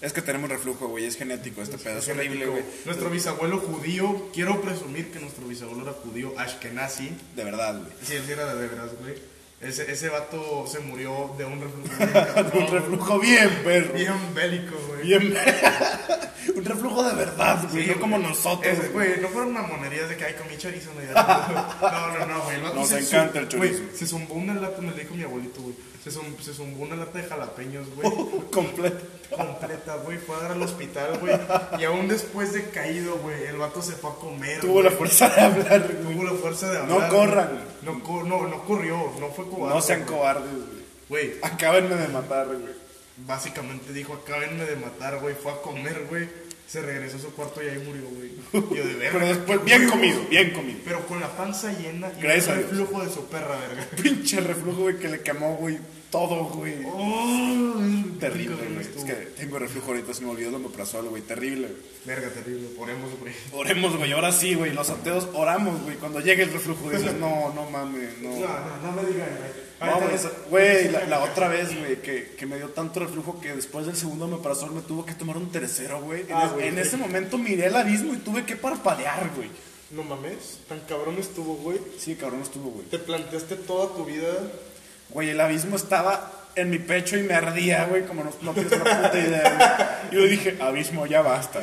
[SPEAKER 1] Es que tenemos reflujo, güey, es genético este pedo, es horrible, güey.
[SPEAKER 2] Nuestro bisabuelo judío, quiero presumir que nuestro bisabuelo era judío, Ashkenazi.
[SPEAKER 1] De verdad, güey.
[SPEAKER 2] Sí, él sí era de veras, güey. Ese, ese vato se murió de un reflujo. bien cabrón,
[SPEAKER 1] Un reflujo bien, perro.
[SPEAKER 2] Bien bélico, güey.
[SPEAKER 1] Bien. Un reflujo de verdad, güey,
[SPEAKER 2] Sí,
[SPEAKER 1] no como
[SPEAKER 2] güey.
[SPEAKER 1] nosotros,
[SPEAKER 2] Es-
[SPEAKER 1] güey.
[SPEAKER 2] Güey, no fueron mamonerías de que hay comí chorizo. No, no, no, no, güey. el vato
[SPEAKER 1] Nos
[SPEAKER 2] se
[SPEAKER 1] encanta
[SPEAKER 2] zum-
[SPEAKER 1] el chorizo.
[SPEAKER 2] Güey, se zumbó una lata, me lo dijo mi abuelito, güey. Se, zum- se zumbó una lata de jalapeños, güey.
[SPEAKER 1] Completo.
[SPEAKER 2] completa, güey. Fue a dar al hospital, güey. Y aún después de caído, güey, el vato se fue a comer.
[SPEAKER 1] Tuvo
[SPEAKER 2] güey.
[SPEAKER 1] la fuerza de hablar, güey.
[SPEAKER 2] Tuvo la fuerza de
[SPEAKER 1] No
[SPEAKER 2] hablar.
[SPEAKER 1] corran.
[SPEAKER 2] güey. No, cor- no, no corrió, no fue cobarde.
[SPEAKER 1] No sean
[SPEAKER 2] güey.
[SPEAKER 1] cobardes, güey.
[SPEAKER 2] Güey,
[SPEAKER 1] Acábenme de matar, güey.
[SPEAKER 2] básicamente dijo, acábenme de matar, güey. Fue a comer, güey. Se regresó a su cuarto y ahí murió, güey. Y Yo de verga.
[SPEAKER 1] Pero después, bien comido, bien comido.
[SPEAKER 2] Pero con la panza llena y
[SPEAKER 1] Gracias a
[SPEAKER 2] el
[SPEAKER 1] Dios.
[SPEAKER 2] flujo de su perra, verga.
[SPEAKER 1] Pinche reflujo, güey, que le quemó, güey, todo, güey. Terrible,
[SPEAKER 2] Qué cabrón
[SPEAKER 1] güey. Es
[SPEAKER 2] estuvo.
[SPEAKER 1] Oh, que tengo reflujo ahorita, se me olvidó el omeprazol, güey. Terrible, güey.
[SPEAKER 2] Verga, terrible. Ponemos, güey.
[SPEAKER 1] Oremos, güey. Ahora sí, güey. Los ateos oramos, güey. Cuando llegue el reflujo dices, no, no mames, no.
[SPEAKER 2] No,
[SPEAKER 1] No,
[SPEAKER 2] no, no me digan, güey.
[SPEAKER 1] güey, esa- güey, la, la otra vez, güey, que, que me dio tanto reflujo que después del segundo omeprazol me tuvo que tomar un tercero, güey. En,
[SPEAKER 2] Ah,
[SPEAKER 1] es-
[SPEAKER 2] güey,
[SPEAKER 1] en
[SPEAKER 2] sí.
[SPEAKER 1] ese momento miré el abismo y tuve que parpadear, güey.
[SPEAKER 2] No mames, tan cabrón estuvo, güey.
[SPEAKER 1] Sí, cabrón, estuvo, güey.
[SPEAKER 2] Te planteaste toda tu vida.
[SPEAKER 1] Güey, el abismo estaba en mi pecho y me ardía, güey, como no, no tienes una puta idea, güey. Yo dije, abismo, ya basta.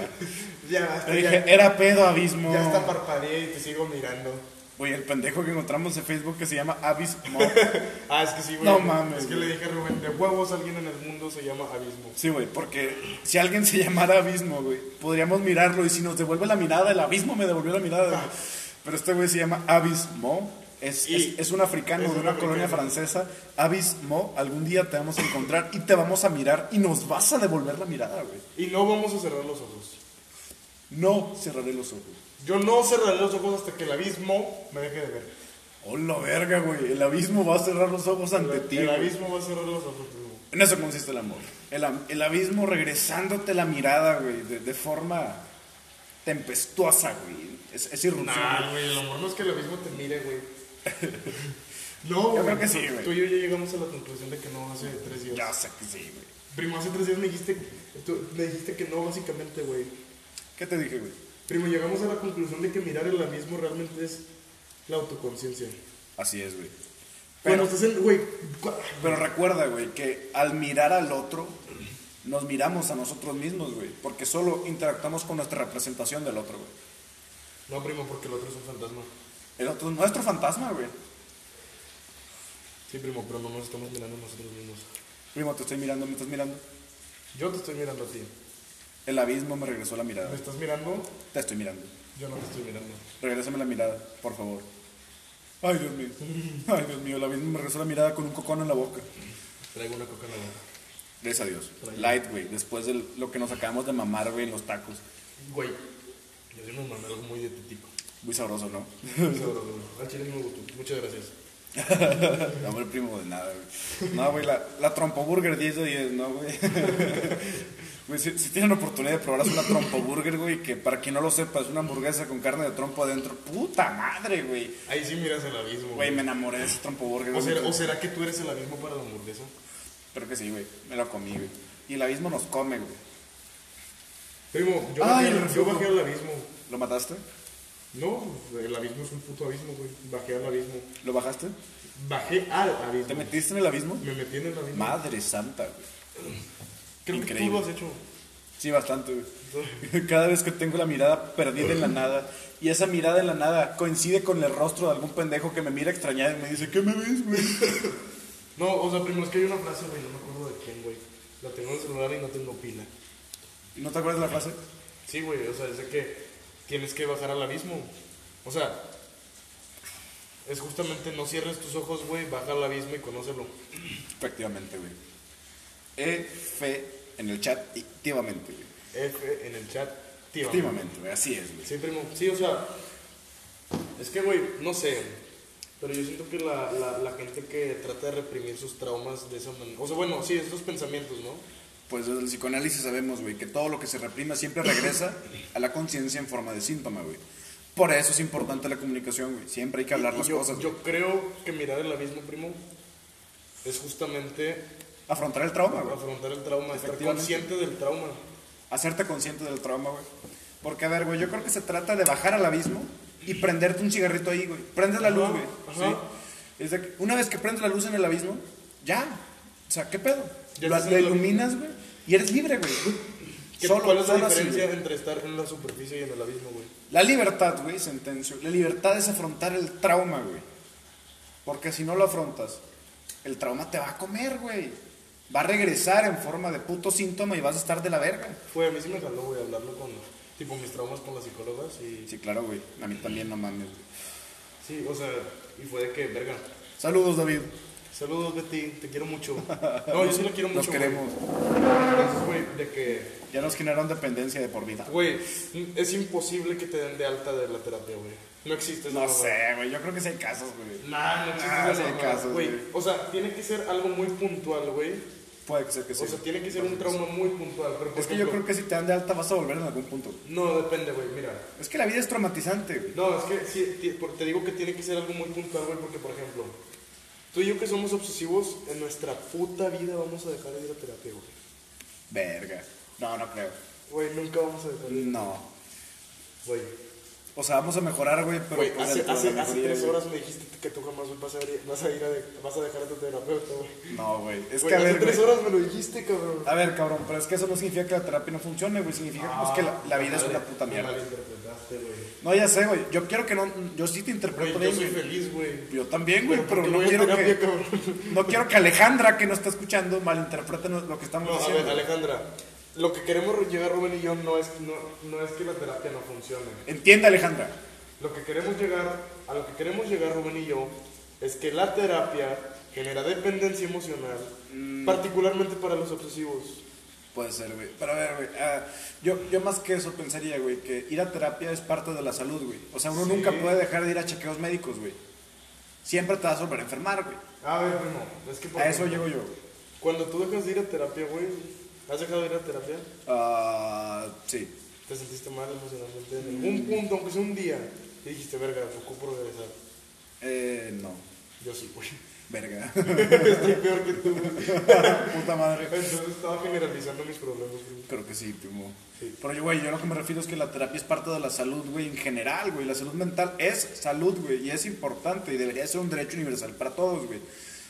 [SPEAKER 2] Ya,
[SPEAKER 1] Le
[SPEAKER 2] basta,
[SPEAKER 1] dije,
[SPEAKER 2] Ah, ya,
[SPEAKER 1] era pedo, abismo.
[SPEAKER 2] ya hasta parpadeé y te sigo mirando.
[SPEAKER 1] Güey, el pendejo que encontramos en Facebook que se llama Abismo.
[SPEAKER 2] Ah, es que sí, güey.
[SPEAKER 1] No mames,
[SPEAKER 2] Es que
[SPEAKER 1] güey.
[SPEAKER 2] le dije a Rubén, de huevos alguien en el mundo se llama abismo.
[SPEAKER 1] Sí, güey, porque si alguien se llamara Abismo, güey, podríamos mirarlo y si nos devuelve la mirada, el abismo me devolvió la mirada. güey. Pero este güey se llama Abismo. Es,
[SPEAKER 2] Y-
[SPEAKER 1] es, es un africano
[SPEAKER 2] es
[SPEAKER 1] de
[SPEAKER 2] un
[SPEAKER 1] una colonia
[SPEAKER 2] africano.
[SPEAKER 1] francesa. Abismo, algún día te vamos a encontrar y te vamos a mirar y nos vas a devolver la mirada, güey.
[SPEAKER 2] Y no vamos a cerrar los ojos.
[SPEAKER 1] No cerraré los ojos.
[SPEAKER 2] Yo no cerraré los ojos hasta que el abismo me deje de ver.
[SPEAKER 1] Hola, verga, güey. El abismo va a cerrar los ojos ante ti.
[SPEAKER 2] el
[SPEAKER 1] güey.
[SPEAKER 2] abismo va a cerrar los ojos. güey.
[SPEAKER 1] En eso consiste el amor. El, am- el abismo regresándote la mirada, güey, de, de forma tempestuosa, güey. Es, es irrupción.
[SPEAKER 2] Nah, güey, el amor no es que el abismo te mire, güey. No, güey.
[SPEAKER 1] creo que sí, güey.
[SPEAKER 2] Tú y yo ya llegamos a la conclusión de que no hace tres días.
[SPEAKER 1] güey. Ya sé que sí, güey.
[SPEAKER 2] Primo, hace tres días me dijiste, tú- me dijiste que no, básicamente, güey.
[SPEAKER 1] ¿Qué te dije, güey?
[SPEAKER 2] Primo, llegamos a la conclusión de que mirar el abismo realmente es la autoconciencia.
[SPEAKER 1] Así es, güey.
[SPEAKER 2] Pero,
[SPEAKER 1] Pero,
[SPEAKER 2] estás en, güey, cua-
[SPEAKER 1] pero recuerda, güey, que al mirar al otro, nos miramos a nosotros mismos, güey. Porque solo interactuamos con nuestra representación del otro, güey.
[SPEAKER 2] No, primo, porque el otro es un fantasma.
[SPEAKER 1] El otro es nuestro fantasma, güey.
[SPEAKER 2] Sí, primo, pero no nos estamos mirando nosotros mismos.
[SPEAKER 1] Primo, te estoy mirando, me estás mirando.
[SPEAKER 2] Yo te estoy mirando a ti.
[SPEAKER 1] El abismo me regresó la mirada.
[SPEAKER 2] ¿Me estás mirando?
[SPEAKER 1] Te estoy mirando.
[SPEAKER 2] Yo no te estoy mirando.
[SPEAKER 1] Regrésame la mirada, por favor. Ay, Dios mío. Ay, Dios mío. La misma me regresó la mirada con un cocón en la boca.
[SPEAKER 2] Traigo una coca en la boca.
[SPEAKER 1] Gracias a Dios. Light, güey. Después de lo que nos acabamos de mamar, güey, en los tacos.
[SPEAKER 2] Güey, yo soy un algo muy de tu tipo.
[SPEAKER 1] Muy sabroso, ¿no?
[SPEAKER 2] Al chile me gustó. Muchas gracias.
[SPEAKER 1] No, hombre, primo, de nada, güey. No, güey, la, la trompoburger 10 de 10, ¿no, güey? Güey, si, si tienen oportunidad de probar es una trompoburger, güey, que para quien no lo sepa, es una hamburguesa con carne de trompo adentro. ¡Puta madre, güey!
[SPEAKER 2] Ahí sí miras el abismo.
[SPEAKER 1] Güey, me enamoré de esa trompoburger.
[SPEAKER 2] ¿O,
[SPEAKER 1] güey.
[SPEAKER 2] será, o será que tú eres el abismo para la hamburguesa?
[SPEAKER 1] Creo que sí, güey. Me lo comí, güey. Y el abismo nos come, güey.
[SPEAKER 2] Primo, yo
[SPEAKER 1] Ay,
[SPEAKER 2] bajé,
[SPEAKER 1] el
[SPEAKER 2] yo
[SPEAKER 1] reflujo.
[SPEAKER 2] bajé al abismo.
[SPEAKER 1] ¿Lo mataste?
[SPEAKER 3] No, el abismo es un puto abismo, güey. Bajé al abismo.
[SPEAKER 1] ¿Lo bajaste?
[SPEAKER 3] Bajé al abismo.
[SPEAKER 1] ¿Te metiste en el abismo?
[SPEAKER 3] Me metí en el abismo.
[SPEAKER 1] Madre santa, güey.
[SPEAKER 2] Creo que
[SPEAKER 1] Increíble.
[SPEAKER 2] tú lo has hecho.
[SPEAKER 1] Sí, bastante, güey. Cada vez que tengo la mirada perdida en la nada y esa mirada en la nada coincide con el rostro de algún pendejo que me mira extrañado y me dice, ¿qué me ves, güey?
[SPEAKER 2] No, o sea, primero es que hay una frase, güey, no me acuerdo de quién, güey. La tengo en el celular y no tengo pila.
[SPEAKER 1] ¿Y ¿No te acuerdas de la frase?
[SPEAKER 2] Sí, güey, o sea, es de que tienes que bajar al abismo. O sea, es justamente no cierres tus ojos, güey, baja al abismo y conócelo.
[SPEAKER 1] Efectivamente, güey. F en el chat, activamente, güey.
[SPEAKER 2] F en el chat, tío.
[SPEAKER 1] Activamente, güey. Así es, güey.
[SPEAKER 2] Sí, primo. Sí, o sea, es que, güey, no sé. Pero yo siento que la, la, la gente que trata de reprimir sus traumas de esa manera. O sea, bueno, sí, esos pensamientos, ¿no?
[SPEAKER 1] Pues desde el psicoanálisis sabemos, güey, que todo lo que se reprima siempre regresa a la conciencia en forma de síntoma, güey. Por eso es importante la comunicación, güey. Siempre hay que hablar
[SPEAKER 2] Y
[SPEAKER 1] las
[SPEAKER 2] yo,
[SPEAKER 1] cosas. güey.
[SPEAKER 2] Yo creo que mirar el abismo, primo, es justamente
[SPEAKER 1] Afrontar el trauma, güey.
[SPEAKER 2] afrontar el trauma, estar
[SPEAKER 1] Efectivamente.
[SPEAKER 2] consciente del trauma.
[SPEAKER 1] hacerte consciente del trauma, güey. Porque, a ver, güey, yo creo que se trata de bajar al abismo y prenderte un cigarrito ahí, güey. Prendes la luz,
[SPEAKER 2] Ajá,
[SPEAKER 1] güey.
[SPEAKER 2] ajá.
[SPEAKER 1] ¿sí? Es de que una vez que prendes la luz en el abismo, ya. O sea, ¿qué pedo?
[SPEAKER 2] Ya
[SPEAKER 1] lo,
[SPEAKER 2] estás en
[SPEAKER 1] lo
[SPEAKER 2] el
[SPEAKER 1] iluminas, güey. Y eres libre, güey.
[SPEAKER 2] ¿Qué-
[SPEAKER 1] Solo,
[SPEAKER 2] ¿Cuál es la
[SPEAKER 1] solo así,
[SPEAKER 2] diferencia
[SPEAKER 1] güey.
[SPEAKER 2] entre estar en la superficie y en el abismo, güey?
[SPEAKER 1] La libertad, güey, sentencio. La libertad es afrontar el trauma, güey. Porque si no lo afrontas, el trauma te va a comer, güey. Va a regresar en forma de puto síntoma y vas a estar de la verga.
[SPEAKER 2] Fue, a mí sí me jaló, güey, hablarlo con, tipo, mis traumas con las psicólogas y...
[SPEAKER 1] Sí, claro, güey. A mí también no mames, güey.
[SPEAKER 2] Sí, o sea, y fue de que, verga,
[SPEAKER 1] Saludos, David.
[SPEAKER 2] saludos, Betty, te quiero mucho. No, yo sí la quiero mucho,
[SPEAKER 1] Nos queremos.
[SPEAKER 2] güey. Entonces, güey, de que,
[SPEAKER 1] Ya nos generaron dependencia de por vida.
[SPEAKER 2] güey, es imposible que te den de alta de la terapia, güey. No existe esa
[SPEAKER 1] No
[SPEAKER 2] mamada.
[SPEAKER 1] sé, güey. Yo creo que sí hay casos, güey.
[SPEAKER 2] Nah, no existe
[SPEAKER 1] Nah,
[SPEAKER 2] esa
[SPEAKER 1] sí hay
[SPEAKER 2] mamada,
[SPEAKER 1] casos,
[SPEAKER 2] güey.
[SPEAKER 1] güey.
[SPEAKER 2] O sea, tiene que ser algo muy puntual, güey.
[SPEAKER 1] Puede que sea que sí.
[SPEAKER 2] O sea, tiene que ser un trauma muy puntual. Pero por
[SPEAKER 1] Es que yo
[SPEAKER 2] ejemplo-
[SPEAKER 1] creo que si te dan de alta vas a volver en algún punto.
[SPEAKER 2] No, depende, güey, mira.
[SPEAKER 1] Es que la vida es traumatizante, güey.
[SPEAKER 2] No, es que sí, ti- por- te digo que tiene que ser algo muy puntual, güey, porque por ejemplo, tú y yo que somos obsesivos, en nuestra puta vida vamos a dejar de ir a terapia, güey.
[SPEAKER 1] Verga. No, no creo.
[SPEAKER 2] Güey, nunca vamos a dejar de ir.
[SPEAKER 1] No.
[SPEAKER 2] Güey,
[SPEAKER 1] O sea, vamos a mejorar, güey, pero
[SPEAKER 2] Güey,
[SPEAKER 1] pues,
[SPEAKER 2] hace,
[SPEAKER 1] dentro de
[SPEAKER 2] hace,
[SPEAKER 1] la
[SPEAKER 2] hace
[SPEAKER 1] mejoría,
[SPEAKER 2] tres
[SPEAKER 1] güey.
[SPEAKER 2] horas me dijiste que tú jamás vas a, ir, vas a, ir a, de- vas a dejar a tu terapeuta, güey.
[SPEAKER 1] No, güey. Es
[SPEAKER 2] Güey,
[SPEAKER 1] que a
[SPEAKER 2] hace
[SPEAKER 1] ver,
[SPEAKER 2] tres
[SPEAKER 1] güey.
[SPEAKER 2] horas me lo dijiste, cabrón.
[SPEAKER 1] A ver, cabrón, pero es que eso no significa que la terapia no funcione, güey. Significa pues, que
[SPEAKER 2] Ah,
[SPEAKER 1] la, la vida es una puta
[SPEAKER 2] Me
[SPEAKER 1] mierda.
[SPEAKER 2] malinterpretaste, güey.
[SPEAKER 1] No, ya sé, güey. Yo quiero que no. Yo sí te interpreto
[SPEAKER 2] Güey, yo
[SPEAKER 1] bien,
[SPEAKER 2] soy
[SPEAKER 1] güey.
[SPEAKER 2] feliz, güey.
[SPEAKER 1] Yo también, güey, pero
[SPEAKER 2] Porque
[SPEAKER 1] no
[SPEAKER 2] voy a
[SPEAKER 1] quiero
[SPEAKER 2] terapia,
[SPEAKER 1] que.
[SPEAKER 2] cabrón.
[SPEAKER 1] No quiero que Alejandra, que no está escuchando, malinterprete no- lo que estamos
[SPEAKER 2] No, a
[SPEAKER 1] diciendo.
[SPEAKER 2] ver, Alejandra, lo que queremos llegar Rubén y yo no es, no, no es que la terapia no funcione.
[SPEAKER 1] Entiende, Alejandra.
[SPEAKER 2] Lo que queremos llegar, a lo que queremos llegar Rubén y yo, es que la terapia genera dependencia emocional,
[SPEAKER 1] Mm.
[SPEAKER 2] particularmente para los obsesivos.
[SPEAKER 1] Puede ser, güey. Pero a ver, güey. ah, yo, yo más que eso pensaría, güey, que ir a terapia es parte de la salud, güey. O sea, uno
[SPEAKER 2] Sí.
[SPEAKER 1] nunca puede dejar de ir a chequeos médicos, güey. Siempre te vas a volver a enfermar, güey.
[SPEAKER 2] A ver, primo, es que por
[SPEAKER 1] A eso
[SPEAKER 2] ejemplo,
[SPEAKER 1] llego yo. güey.
[SPEAKER 2] Cuando tú dejas de ir a terapia, güey, ¿has dejado de ir a terapia?
[SPEAKER 1] Ah, sí.
[SPEAKER 2] ¿Te sentiste mal emocionalmente? En algún punto, aunque sea un día, y dijiste, verga, ocupo regresar.
[SPEAKER 1] Eh, no.
[SPEAKER 2] Yo sí, güey.
[SPEAKER 1] Verga.
[SPEAKER 2] Estoy peor que tú.
[SPEAKER 1] Puta madre.
[SPEAKER 2] Entonces estaba generalizando mis problemas, primo.
[SPEAKER 1] Creo que sí, primo.
[SPEAKER 2] Sí.
[SPEAKER 1] Pero, yo, güey, yo lo que me refiero es que la terapia es parte de la salud, güey, en general, güey. La salud mental es salud, güey, y es importante y debería ser un derecho universal para todos, güey.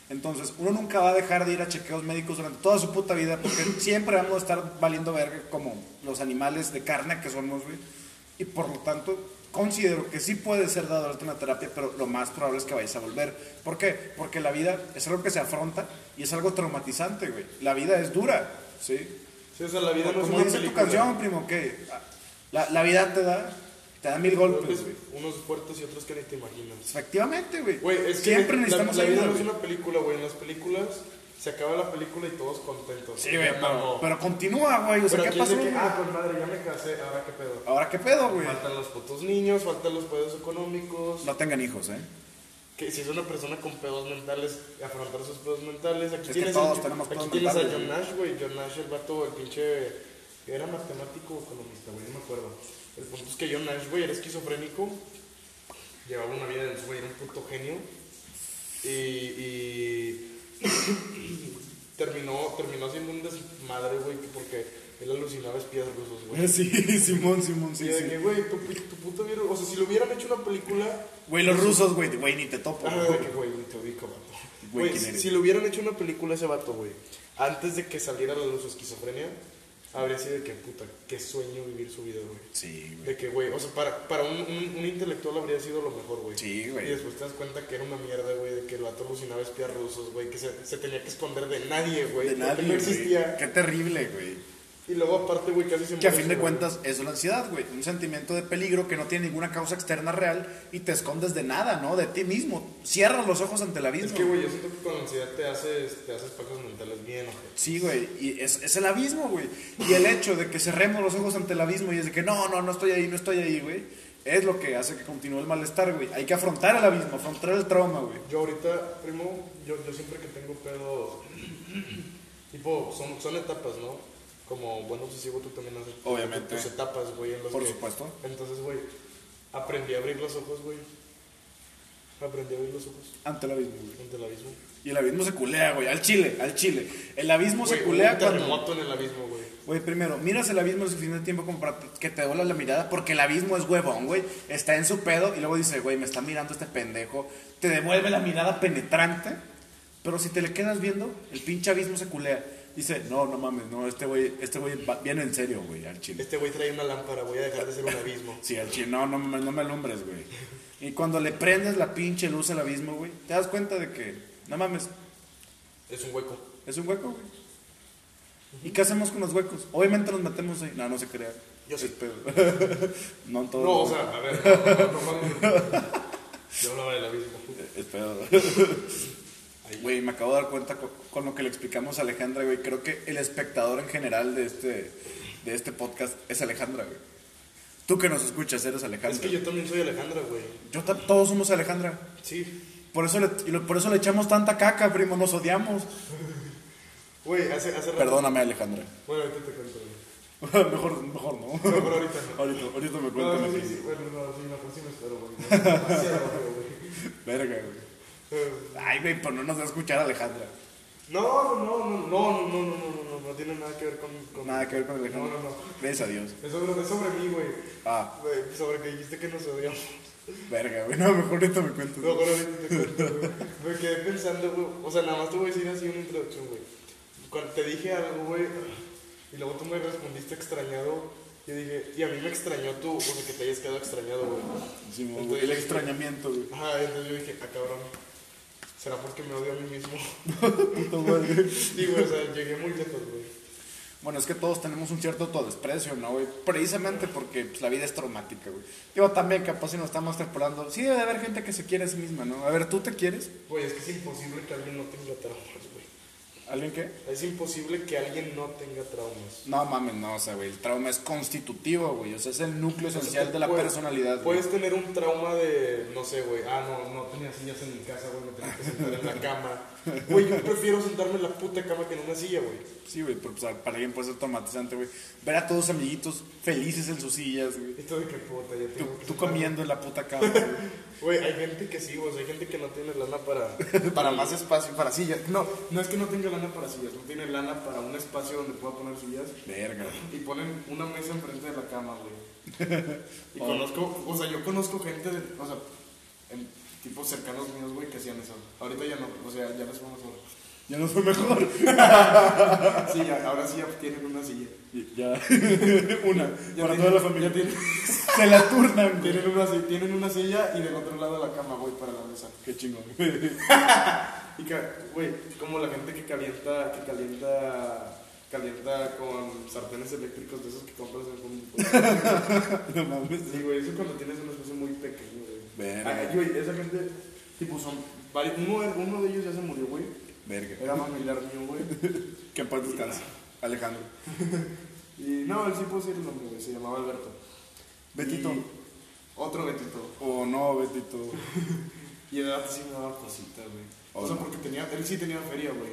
[SPEAKER 1] Entonces, uno nunca va a dejar de ir a chequeos médicos durante toda su puta vida porque siempre vamos a estar valiendo verga como los animales de carne que somos, güey. Y por lo tanto, considero que sí puede ser dado alta una terapia, pero lo más probable es que vayas a volver. ¿Por qué? Porque la vida es algo que se afronta y es algo traumatizante, güey. La vida es dura, ¿sí?
[SPEAKER 2] Sí, o sea, la vida no es
[SPEAKER 1] Como
[SPEAKER 2] una
[SPEAKER 1] dice
[SPEAKER 2] película.
[SPEAKER 1] tu canción, primo, que la, la vida te da, te da mil golpes,
[SPEAKER 2] Golpes,
[SPEAKER 1] güey.
[SPEAKER 2] unos fuertes y otros que ni te imaginas.
[SPEAKER 1] Efectivamente, güey.
[SPEAKER 2] Güey, es que
[SPEAKER 1] Siempre
[SPEAKER 2] la-
[SPEAKER 1] necesitamos
[SPEAKER 2] la, vida
[SPEAKER 1] ayuda,
[SPEAKER 2] no es
[SPEAKER 1] güey.
[SPEAKER 2] una película, güey. En las películas se acaba la película y todos contentos.
[SPEAKER 1] Sí, güey,
[SPEAKER 2] Ya
[SPEAKER 1] pero,
[SPEAKER 2] mamó.
[SPEAKER 1] pero continúa, güey. O sea,
[SPEAKER 2] Pero
[SPEAKER 1] ¿qué
[SPEAKER 2] aquí es
[SPEAKER 1] pasó?
[SPEAKER 2] de que,
[SPEAKER 1] güey?
[SPEAKER 2] ah, pues madre, ya me casé, ahora qué pedo.
[SPEAKER 1] Ahora, ¿qué pedo, güey?
[SPEAKER 2] Faltan los putos niños, faltan los pedos económicos.
[SPEAKER 1] No tengan hijos, ¿eh?
[SPEAKER 2] Que si es una persona con pedos mentales, afrontar sus pedos mentales. Aquí
[SPEAKER 1] Es que
[SPEAKER 2] tienes,
[SPEAKER 1] todos
[SPEAKER 2] a-
[SPEAKER 1] tenemos
[SPEAKER 2] aquí
[SPEAKER 1] pedos
[SPEAKER 2] tienes a
[SPEAKER 1] mentales,
[SPEAKER 2] John
[SPEAKER 1] güey.
[SPEAKER 2] Nash, güey. John Nash, el vato, el pinche. Era matemático o economista, güey, no me acuerdo. El punto es que John Nash, güey, era esquizofrénico. Llevaba una vida de ensueño, güey, era un puto genio. Y. y terminó, terminó siendo un desmadre, güey, porque Él alucinaba espías rusos, güey.
[SPEAKER 1] Sí, Simón, Simón,
[SPEAKER 2] Sí,
[SPEAKER 1] sí,
[SPEAKER 2] de que,
[SPEAKER 1] sí.
[SPEAKER 2] güey, tu, pi- tu puta mierda. O sea, si lo hubieran hecho una película.
[SPEAKER 1] Güey, los rusos, güey, de- güey, ni te topo.
[SPEAKER 2] Ah,
[SPEAKER 1] güey.
[SPEAKER 2] güey, que, güey, ni te ubico, vato.
[SPEAKER 1] Güey,
[SPEAKER 2] Güey,
[SPEAKER 1] ¿quién
[SPEAKER 2] si,
[SPEAKER 1] eres?
[SPEAKER 2] si le hubieran hecho una película a ese vato, güey, antes de que saliera a la luz su esquizofrenia, habría sido de que, puta, qué sueño vivir su vida, güey.
[SPEAKER 1] Sí, güey.
[SPEAKER 2] De que, güey, o sea, para, para un, un- un intelectual habría sido lo mejor, güey.
[SPEAKER 1] Sí,
[SPEAKER 2] Y
[SPEAKER 1] güey.
[SPEAKER 2] después te das cuenta que era una mierda, güey, de que el vato alucinaba espías rusos, güey, que se, se tenía que esconder de nadie, güey.
[SPEAKER 1] De
[SPEAKER 2] porque
[SPEAKER 1] nadie,
[SPEAKER 2] No
[SPEAKER 1] güey.
[SPEAKER 2] existía.
[SPEAKER 1] Qué terrible, güey.
[SPEAKER 2] Y luego, aparte, güey, casi se
[SPEAKER 1] Que a
[SPEAKER 2] muere
[SPEAKER 1] fin de
[SPEAKER 2] solo, güey.
[SPEAKER 1] cuentas es la ansiedad, güey. Un sentimiento de peligro que no tiene ninguna causa externa real y te escondes de nada, ¿no? De ti mismo. Cierras los ojos ante el abismo.
[SPEAKER 2] Es que, güey, yo siento que con la ansiedad te haces, te haces pacos mentales bien, ojete.
[SPEAKER 1] Sí, güey, y es, es el abismo, güey. Y el hecho de que cerremos los ojos ante el abismo y es de que no, no, no estoy ahí, no estoy ahí, güey, es lo que hace que continúe el malestar, güey. Hay que afrontar el abismo, afrontar el trauma, güey.
[SPEAKER 2] Yo ahorita, primo, yo, yo siempre que tengo pedos, tipo, son, son etapas, ¿no? Como buen obsesivo tú también haces tu-
[SPEAKER 1] Obviamente.
[SPEAKER 2] tus etapas, güey. en las
[SPEAKER 1] Por
[SPEAKER 2] que-
[SPEAKER 1] supuesto.
[SPEAKER 2] Entonces, güey, aprendí a abrir los ojos, güey. Aprendí a abrir los ojos
[SPEAKER 1] Ante el abismo, güey.
[SPEAKER 2] ante el abismo.
[SPEAKER 1] Y el abismo se culea, güey, al chile, al chile. El abismo
[SPEAKER 2] Güey,
[SPEAKER 1] se
[SPEAKER 2] hubo
[SPEAKER 1] culea
[SPEAKER 2] un
[SPEAKER 1] cuando...
[SPEAKER 2] terremoto en el abismo, güey.
[SPEAKER 1] Güey, primero, miras el abismo el suficiente tiempo como para que te duela la mirada, porque el abismo es huevón, güey. Está en su pedo y luego dice, güey, me está mirando este pendejo. Te devuelve la mirada penetrante, pero si te le quedas viendo, el pinche abismo se culea. Dice, no, no mames, no, este güey, este güey va- viene en serio, güey, al chile.
[SPEAKER 2] Este güey trae una lámpara, voy a dejar de ser un abismo.
[SPEAKER 1] Sí, al chile, no, no, mames, no me alumbres, güey. Y cuando le prendes la pinche luz al abismo, güey, te das cuenta de que, no mames,
[SPEAKER 2] Es un hueco.
[SPEAKER 1] es un hueco, güey. ¿Y qué hacemos con los huecos? Obviamente nos metemos ahí. No, no se crea.
[SPEAKER 2] Yo sí.
[SPEAKER 1] Es pedo. no en todo.
[SPEAKER 2] No, o sea, a ver, no, no, no, no, no. Yo hablaba del abismo.
[SPEAKER 1] Es pedo. Güey, me acabo de dar cuenta co- con, lo que le explicamos a Alejandra, güey. Creo que el espectador en general de este, de este podcast es Alejandra, güey. Tú que nos escuchas eres Alejandra.
[SPEAKER 2] Es que yo también soy Alejandra, güey.
[SPEAKER 1] Yo ta- todos somos Alejandra.
[SPEAKER 2] Sí.
[SPEAKER 1] Por eso, le, y lo- por eso le echamos tanta caca, primo. Nos odiamos.
[SPEAKER 2] Güey, hace, hace rato.
[SPEAKER 1] Perdóname, Alejandra.
[SPEAKER 2] Bueno, ahorita te cuento. güey.
[SPEAKER 1] mejor, mejor no.
[SPEAKER 2] No, pero ahorita no.
[SPEAKER 1] ahorita, ahorita me
[SPEAKER 2] No,
[SPEAKER 1] cuentan.
[SPEAKER 2] no,
[SPEAKER 1] aquí.
[SPEAKER 2] sí, sí, bueno, no, sí, no, pues sí me espero, güey. No, demasiado, güey.
[SPEAKER 1] Verga, güey.
[SPEAKER 2] Eh,
[SPEAKER 1] Ay, güey, pues no nos va a escuchar Alejandra.
[SPEAKER 2] No, no, no, no, no, no, no, no, no, no, no tiene nada que ver con. con-
[SPEAKER 1] Nada que ver con Alejandra.
[SPEAKER 2] No, no, no.
[SPEAKER 1] Gracias a Dios.
[SPEAKER 2] Es sobre, es sobre mí, güey.
[SPEAKER 1] Ah,
[SPEAKER 2] Güey, sobre que dijiste que nos odiamos.
[SPEAKER 1] verga, güey. No, mejor ahorita me cuentas.
[SPEAKER 2] No, pero ahorita te cuento, güey. Me quedé pensando, güey. O sea, nada más te voy a decir así una introducción, güey. Cuando te dije algo, güey, y luego tú me respondiste extrañado, yo dije, y a mí me extrañó tú, o sea, que te hayas quedado extrañado, güey.
[SPEAKER 1] Sí, güey,
[SPEAKER 2] Entonces-
[SPEAKER 1] el extrañamiento, güey.
[SPEAKER 2] Ajá, entonces yo dije, ah, cabrón, será porque me odio a mí mismo.
[SPEAKER 1] Puta madre.
[SPEAKER 2] Sí, güey, o sea, llegué muy lejos, güey.
[SPEAKER 1] Bueno, es que todos tenemos un cierto autodesprecio, ¿no, güey? Precisamente porque pues, la vida es traumática, güey. Yo también, capaz, si nos estamos extrapolando. Sí, debe de haber gente que se quiere a sí misma, ¿no? A ver, ¿tú te quieres?
[SPEAKER 2] Güey, es que es imposible que alguien no tenga traumas, güey.
[SPEAKER 1] ¿Alguien qué?
[SPEAKER 2] Es imposible que alguien no tenga traumas.
[SPEAKER 1] No mames, no, o sea, güey. El trauma es constitutivo, güey. O sea, es el núcleo esencial de la
[SPEAKER 2] Puedes-
[SPEAKER 1] personalidad, güey.
[SPEAKER 2] Puedes tener un trauma de, no sé, güey, ah, no, no tenía sillas en mi casa, güey, me tenía que sentar en la cama. Güey, yo prefiero sentarme en la puta cama que en una silla, güey.
[SPEAKER 1] Sí, güey, pero pues, para alguien puede ser traumatizante, güey. Ver a todos amiguitos felices en sus sillas, güey.
[SPEAKER 2] Esto de que puta, ya
[SPEAKER 1] Tú,
[SPEAKER 2] tengo que
[SPEAKER 1] tú
[SPEAKER 2] sentarme.
[SPEAKER 1] comiendo en la puta cama, güey.
[SPEAKER 2] Güey, hay gente que sí, güey, o sea, hay gente que no tiene lana para, para más espacio, para sillas. No, no es que no tenga lana para sillas, no tiene lana para un espacio donde pueda poner sillas.
[SPEAKER 1] Verga.
[SPEAKER 2] Y ponen una mesa enfrente de la cama, güey. Y
[SPEAKER 1] Oh.
[SPEAKER 2] conozco, o sea, yo conozco gente, de, o sea, en tipos cercanos míos, güey, que hacían eso. Ahorita ya no, o sea, ya les fue mejor.
[SPEAKER 1] Ya no fue mejor.
[SPEAKER 2] Sí, ya, ahora sí ya tienen una silla.
[SPEAKER 1] Ya. Una.
[SPEAKER 2] Ya
[SPEAKER 1] para
[SPEAKER 2] tienen-
[SPEAKER 1] toda la familia.
[SPEAKER 2] ya tienen,
[SPEAKER 1] Se la turnan, güey.
[SPEAKER 2] tienen, una, si- tienen una silla y del otro lado la cama, güey, para la mesa.
[SPEAKER 1] Qué chingón.
[SPEAKER 2] Y ca- güey, como la gente que calienta, que calienta, calienta con sartenes eléctricos de esos que compras en Home Depot.
[SPEAKER 1] No mames.
[SPEAKER 2] Sí, güey, eso cuando tienes un espacio muy pequeño, güey.
[SPEAKER 1] Verga.
[SPEAKER 2] Ay, güey, esa gente, tipo, son vari- uno, de- uno de ellos ya se murió, güey.
[SPEAKER 1] Verga.
[SPEAKER 2] Era familiar mío, güey.
[SPEAKER 1] Que en paz descanse. Alejandro.
[SPEAKER 2] Y no, el tipo sí era el nombre, güey, se llamaba Alberto.
[SPEAKER 1] Betito.
[SPEAKER 2] Y- otro Betito.
[SPEAKER 1] O no, Betito.
[SPEAKER 2] Y de edad sí me daba cosita, güey. O sea,
[SPEAKER 1] Hola.
[SPEAKER 2] porque tenía, él sí tenía feria, güey.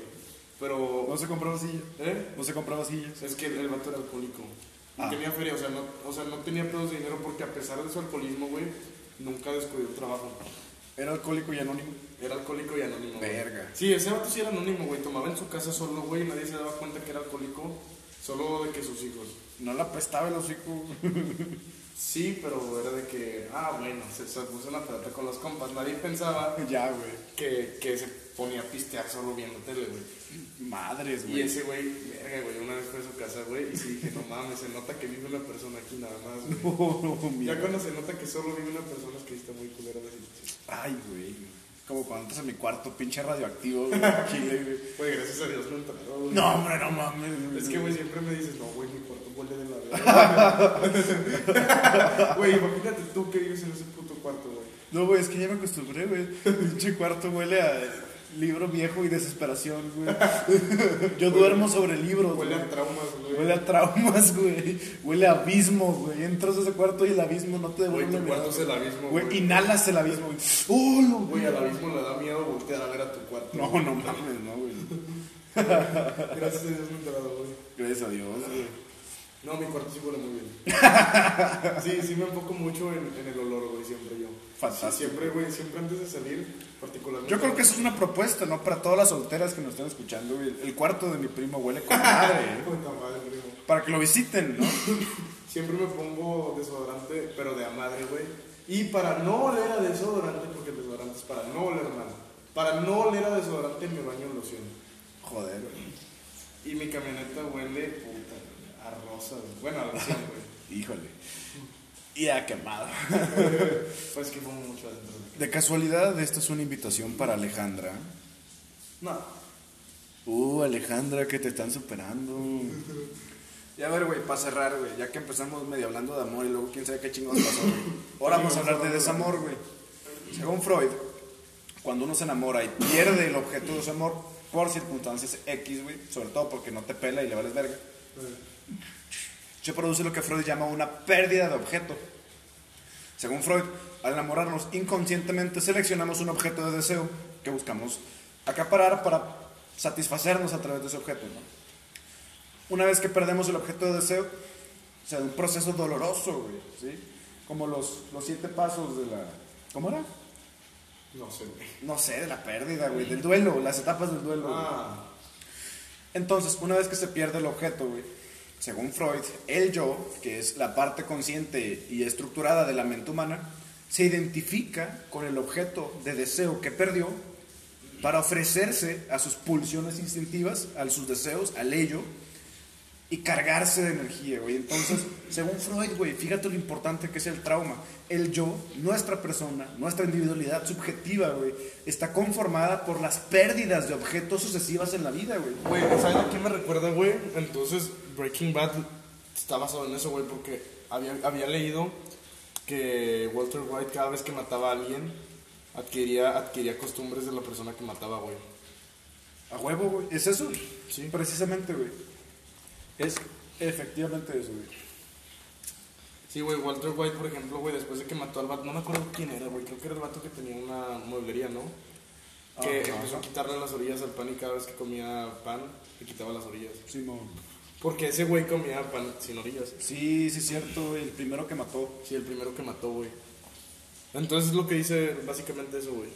[SPEAKER 2] Pero,
[SPEAKER 1] No se compraba sillas.
[SPEAKER 2] ¿eh?
[SPEAKER 1] No se compraba sillas.
[SPEAKER 2] Es que el, el vato era alcohólico. Y
[SPEAKER 1] Ah.
[SPEAKER 2] tenía feria, o sea, no, o sea, no tenía pedos de dinero porque a pesar de su alcoholismo, güey, nunca descubrió el trabajo.
[SPEAKER 1] Era alcohólico y anónimo.
[SPEAKER 2] Era alcohólico y anónimo. güey.
[SPEAKER 1] Verga.
[SPEAKER 2] Sí, ese vato sí era anónimo, güey. Tomaba en su casa solo, güey. Nadie se daba cuenta que era alcohólico. Solo de que sus hijos.
[SPEAKER 1] No la prestaba el hocico.
[SPEAKER 2] Sí, pero era de que, ah, bueno, se, se puso en la pelota con los compas. Nadie pensaba
[SPEAKER 1] ya, güey.
[SPEAKER 2] que, que se ponía a pistear solo viendo tele, güey.
[SPEAKER 1] Madres,
[SPEAKER 2] Y
[SPEAKER 1] güey.
[SPEAKER 2] ese güey, verga, güey, una vez fue a su casa, güey, y sí dije, no mames, se nota que vive una persona aquí nada más, güey.
[SPEAKER 1] Oh,
[SPEAKER 2] Ya
[SPEAKER 1] mierda.
[SPEAKER 2] cuando se nota que solo vive una persona es que está muy culera la situación.
[SPEAKER 1] Ay, güey. Como cuando entras en mi cuarto, pinche radioactivo, güey. al chile, güey.
[SPEAKER 2] Güey, gracias a Dios no entraron, güey.
[SPEAKER 1] No, hombre, no mames. güey.
[SPEAKER 2] Es que, güey, siempre me dices, no, güey, mi cuarto huele de la verga. Güey, imagínate tú que vives en ese puto cuarto, güey.
[SPEAKER 1] No, güey, es que ya me acostumbré, güey. Pinche cuarto huele a libro viejo y desesperación, güey. Yo duermo sobre libros,
[SPEAKER 2] Huele
[SPEAKER 1] güey.
[SPEAKER 2] a traumas, güey.
[SPEAKER 1] Huele a traumas, güey. Huele a abismo, güey. Entras a ese cuarto y el abismo no te
[SPEAKER 2] Güey,
[SPEAKER 1] devuelve la
[SPEAKER 2] tu
[SPEAKER 1] mirada.
[SPEAKER 2] cuarto es el abismo,
[SPEAKER 1] Güey,
[SPEAKER 2] güey.
[SPEAKER 1] inhalas el abismo, güey. ¡Oh, lo-
[SPEAKER 2] Güey, al abismo le da miedo voltear a ver a tu cuarto.
[SPEAKER 1] No, no mames, no, güey.
[SPEAKER 2] Gracias a Dios no he entrado, güey.
[SPEAKER 1] Gracias a Dios, güey.
[SPEAKER 2] No, mi cuarto sí huele muy bien. Sí, sí me enfoco mucho en, en el olor, güey, siempre yo.
[SPEAKER 1] Fantástico.
[SPEAKER 2] Siempre, güey, siempre antes de salir, particularmente.
[SPEAKER 1] Yo creo que eso es una propuesta, ¿no? Para todas las solteras que nos están escuchando, güey. El cuarto de mi primo huele con madre. ¿eh?
[SPEAKER 2] Puta madre, primo.
[SPEAKER 1] Para que lo visiten, ¿no?
[SPEAKER 2] Siempre me pongo desodorante, pero de a madre, güey. Y para no oler a desodorante, porque el desodorante es para no oler mal. Para no oler a desodorante, me baño en loción.
[SPEAKER 1] Joder, güey.
[SPEAKER 2] Y mi camioneta huele, puta, a rosa, güey. Bueno, a loción, güey.
[SPEAKER 1] Híjole. Y a quemado.
[SPEAKER 2] Pues que pongo mucho adentro.
[SPEAKER 1] De casualidad, esta es una invitación para Alejandra.
[SPEAKER 2] No.
[SPEAKER 1] Uh, Alejandra, que te están superando. Y a ver, güey, para cerrar, güey, ya que empezamos medio hablando de amor y luego quién sabe qué chingados pasó, güey. Ahora vamos a hablar de desamor, güey. Según Freud, cuando uno se enamora y pierde el objeto de su amor por circunstancias X, güey, sobre todo porque no te pela y le vales verga, se produce lo que Freud llama una pérdida de objeto. Según Freud, al enamorarnos inconscientemente seleccionamos un objeto de deseo que buscamos acaparar para satisfacernos a través de ese objeto. ¿no? Una vez que perdemos el objeto de deseo, se da un proceso doloroso, güey, ¿sí? Como los, los siete pasos de la... ¿Cómo era?
[SPEAKER 2] No sé, güey.
[SPEAKER 1] No sé, de la pérdida, güey, del duelo, las etapas del duelo. güey.
[SPEAKER 2] Ah.
[SPEAKER 1] Entonces, una vez que se pierde el objeto, güey, según Freud, el yo, que es la parte consciente y estructurada de la mente humana, se identifica con el objeto de deseo que perdió para ofrecerse a sus pulsiones instintivas, a sus deseos, al ello, y cargarse de energía, güey. Entonces, según Freud, güey, fíjate lo importante que es el trauma. El yo, nuestra persona, nuestra individualidad subjetiva, güey, está conformada por las pérdidas de objetos sucesivas en la vida, güey.
[SPEAKER 2] Güey, ¿sabes a quién me recuerda, güey? Entonces, Breaking Bad está basado en eso, güey, porque había, había leído que Walter White cada vez que mataba a alguien adquiría, adquiría costumbres de la persona que mataba, güey.
[SPEAKER 1] A huevo, güey. ¿Es eso?
[SPEAKER 2] Sí.
[SPEAKER 1] Precisamente, güey. Es efectivamente eso, güey.
[SPEAKER 2] Sí, güey, Walter White, por ejemplo, güey, después de que mató al vato, no me acuerdo quién era, güey, creo que era el vato que tenía una mueblería, ¿no? Que
[SPEAKER 1] Ajá.
[SPEAKER 2] empezó a quitarle las orillas al pan y cada vez que comía pan, le quitaba las orillas.
[SPEAKER 1] Simón.
[SPEAKER 2] Porque ese güey comía pan sin orillas.
[SPEAKER 1] Sí, sí, es cierto, güey. El primero que mató.
[SPEAKER 2] Sí, el primero que mató, güey. Entonces lo que dice básicamente eso, güey.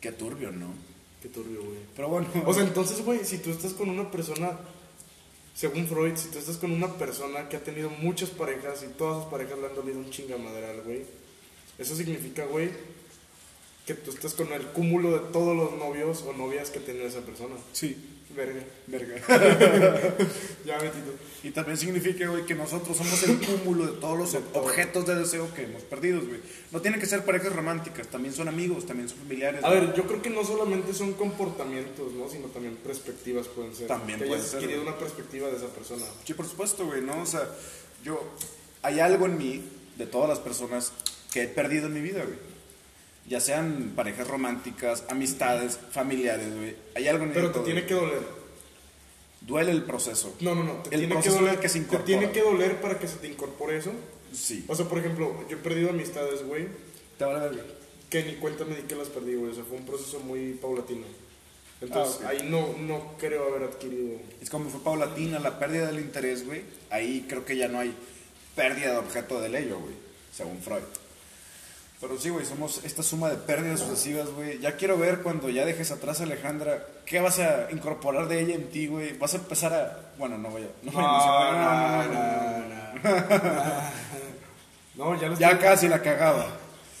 [SPEAKER 1] Qué turbio, ¿no?
[SPEAKER 2] Qué turbio, güey.
[SPEAKER 1] Pero bueno.
[SPEAKER 2] O sea, entonces, güey, si tú estás con una persona, según Freud, si tú estás con una persona que ha tenido muchas parejas y todas sus parejas le han dolido un chingamadral, güey, eso significa, güey, que tú estás con el cúmulo de todos los novios o novias que tenía esa persona.
[SPEAKER 1] sí,
[SPEAKER 2] Verga.
[SPEAKER 1] verga.
[SPEAKER 2] Ya, Betito.
[SPEAKER 1] Y también significa, güey, que nosotros somos el cúmulo de todos los objetos de deseo que hemos perdido, güey. No tienen que ser parejas románticas, también son amigos, también son familiares.
[SPEAKER 2] A
[SPEAKER 1] güey.
[SPEAKER 2] ver, yo creo que no solamente son comportamientos, ¿no? Sino también perspectivas pueden ser.
[SPEAKER 1] También
[SPEAKER 2] que
[SPEAKER 1] puede
[SPEAKER 2] hayas
[SPEAKER 1] ser,
[SPEAKER 2] adquirido
[SPEAKER 1] güey.
[SPEAKER 2] una perspectiva de esa persona.
[SPEAKER 1] Sí, por supuesto, güey, ¿no? O sea, yo. Hay algo en mí, de todas las personas, que he perdido en mi vida, güey. Ya sean parejas románticas, amistades, familiares, güey. Hay algo en mí.
[SPEAKER 2] Pero
[SPEAKER 1] de
[SPEAKER 2] te
[SPEAKER 1] todo,
[SPEAKER 2] tiene
[SPEAKER 1] güey.
[SPEAKER 2] que doler.
[SPEAKER 1] Duele el proceso.
[SPEAKER 2] No, no, no. Te
[SPEAKER 1] El
[SPEAKER 2] tiene que
[SPEAKER 1] proceso en
[SPEAKER 2] doler.
[SPEAKER 1] el que se
[SPEAKER 2] te
[SPEAKER 1] incorpora.
[SPEAKER 2] tiene que doler para que se te incorpore eso.
[SPEAKER 1] Sí.
[SPEAKER 2] O sea, por ejemplo, yo he perdido amistades, güey,
[SPEAKER 1] Te vale verga.
[SPEAKER 2] que ni cuenta me di que las perdí, güey. O sea, fue un proceso muy paulatino. Entonces,
[SPEAKER 1] Ah, ok.
[SPEAKER 2] ahí no, no creo haber adquirido.
[SPEAKER 1] Es como fue paulatina la pérdida del interés, güey. Ahí creo que ya no hay pérdida de objeto del ello, güey. Según Freud. Pero sí, güey, somos esta suma de pérdidas sucesivas, güey. Ya quiero ver cuando ya dejes atrás a Alejandra, ¿qué vas a incorporar de ella en ti, güey? Vas a empezar a... Bueno, no voy a... No, voy a mencionar-
[SPEAKER 2] no,
[SPEAKER 1] no, no, no, no.
[SPEAKER 2] No, ya lo
[SPEAKER 1] Ya
[SPEAKER 2] estoy-
[SPEAKER 1] casi la cagaba.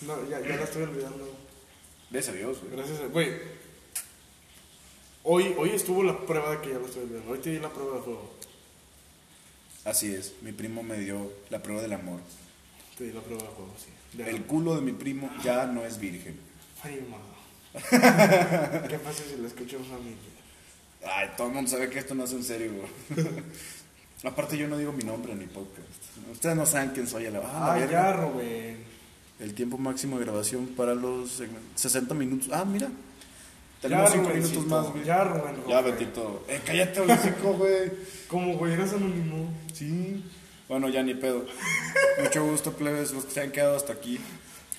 [SPEAKER 2] No, ya, ya la estoy olvidando.
[SPEAKER 1] Gracias a Dios, güey.
[SPEAKER 2] Gracias, a- güey. Hoy, hoy estuvo la prueba de que ya lo estoy olvidando. Hoy te di la prueba de fuego.
[SPEAKER 1] Así es, mi primo me dio la prueba del amor.
[SPEAKER 2] Te di la prueba de fuego, sí. De
[SPEAKER 1] El culo de mi primo ya no es virgen.
[SPEAKER 2] prima. ¿Qué pasa si lo escucho en familia?
[SPEAKER 1] Ay, todo el mundo sabe que esto no es en serio, güey. Aparte yo no digo mi nombre en mi podcast. Ustedes no saben quién soy a la, a la
[SPEAKER 2] Ah,
[SPEAKER 1] verga.
[SPEAKER 2] ya, Rubén.
[SPEAKER 1] El tiempo máximo de grabación para los segmentos, 60 minutos. Ah, mira.
[SPEAKER 2] Ya,
[SPEAKER 1] Tenemos 5
[SPEAKER 2] Rubéncito,
[SPEAKER 1] minutos más, güey. Ya,
[SPEAKER 2] Ya, Rubén. Rubén.
[SPEAKER 1] Betito. Eh, cállate, hocico, güey.
[SPEAKER 2] Como güey, eras anónimo.
[SPEAKER 1] Sí. Bueno, ya ni pedo. Mucho gusto, plebes, los que se han quedado hasta aquí.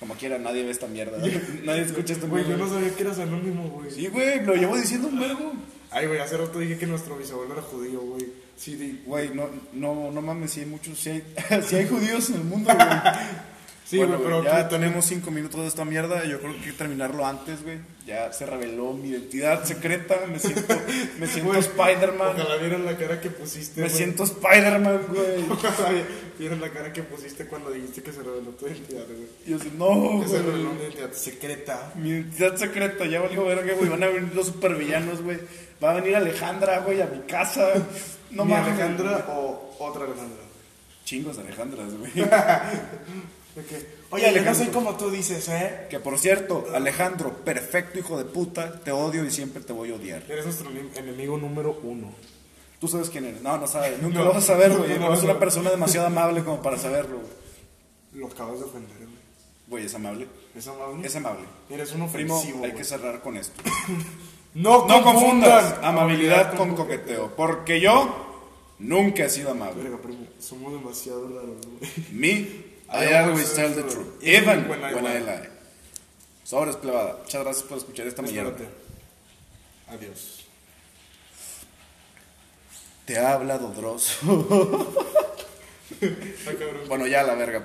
[SPEAKER 1] Como quiera, nadie ve esta mierda. nadie escucha esta
[SPEAKER 2] Güey, yo
[SPEAKER 1] mierda.
[SPEAKER 2] no sabía que eras anónimo, güey.
[SPEAKER 1] Sí, güey, lo llevo diciendo un vergo.
[SPEAKER 2] Ay, güey, hace rato dije que nuestro bisabuelo era judío, güey. Sí, di-
[SPEAKER 1] Güey, no, no, no mames, si hay muchos, si hay, si hay judíos en el mundo, güey.
[SPEAKER 2] sí,
[SPEAKER 1] Bueno,
[SPEAKER 2] güey, pero
[SPEAKER 1] ya
[SPEAKER 2] tú-
[SPEAKER 1] tenemos cinco minutos de esta mierda. Yo creo que hay que terminarlo antes, güey. Ya se reveló mi identidad secreta. Me siento, me siento
[SPEAKER 2] Güey,
[SPEAKER 1] Spider-Man.
[SPEAKER 2] Ojalá vieran la cara que pusiste.
[SPEAKER 1] Me
[SPEAKER 2] güey.
[SPEAKER 1] siento Spider-Man, güey.
[SPEAKER 2] Ojalá vieran la cara que pusiste cuando dijiste que se reveló tu identidad, güey.
[SPEAKER 1] Y yo así, no,
[SPEAKER 2] Que se
[SPEAKER 1] güey.
[SPEAKER 2] reveló una identidad secreta.
[SPEAKER 1] Mi identidad secreta, ya valió verga, güey. Van a venir los supervillanos, güey. Va a venir Alejandra, güey, a mi casa. No
[SPEAKER 2] ¿Mi
[SPEAKER 1] mames.
[SPEAKER 2] Alejandra o otra Alejandra?
[SPEAKER 1] Chingos de Alejandras, güey.
[SPEAKER 2] ¿De qué?
[SPEAKER 1] Oye,
[SPEAKER 2] Oye, yo no
[SPEAKER 1] Alejandro.
[SPEAKER 2] soy como tú dices, ¿eh?
[SPEAKER 1] Que por cierto, Alejandro, perfecto hijo de puta, te odio y siempre te voy a odiar.
[SPEAKER 2] Eres nuestro enem- enemigo número uno.
[SPEAKER 1] Tú sabes quién eres. No, no sabes. Nunca
[SPEAKER 2] No.
[SPEAKER 1] lo vas a saber, güey.
[SPEAKER 2] No, no,
[SPEAKER 1] Pero es
[SPEAKER 2] no.
[SPEAKER 1] una persona demasiado amable como para saberlo, güey.
[SPEAKER 2] Lo acabas de ofender, güey.
[SPEAKER 1] Güey, es amable.
[SPEAKER 2] ¿Es amable?
[SPEAKER 1] Es amable.
[SPEAKER 2] Eres un
[SPEAKER 1] Primo,
[SPEAKER 2] ofensivo,
[SPEAKER 1] hay
[SPEAKER 2] güey.
[SPEAKER 1] que cerrar con esto.
[SPEAKER 2] No,
[SPEAKER 1] No confundas amabilidad con coqueteo. Porque yo nunca he sido amable.
[SPEAKER 2] Verga, primo, somos demasiado raros, güey.
[SPEAKER 1] Me, I
[SPEAKER 2] I
[SPEAKER 1] always
[SPEAKER 2] always
[SPEAKER 1] tell
[SPEAKER 2] tell
[SPEAKER 1] the
[SPEAKER 2] the
[SPEAKER 1] truth.
[SPEAKER 2] truth.
[SPEAKER 1] Even
[SPEAKER 2] When I
[SPEAKER 1] when I
[SPEAKER 2] lie.
[SPEAKER 1] lie. Sobres, plebada. Muchas gracias por escuchar esta mierda.
[SPEAKER 2] Espérate. Adiós.
[SPEAKER 1] Te ha hablado Dross.
[SPEAKER 2] Ah, cabrón.
[SPEAKER 1] bueno, ya la verga, pues.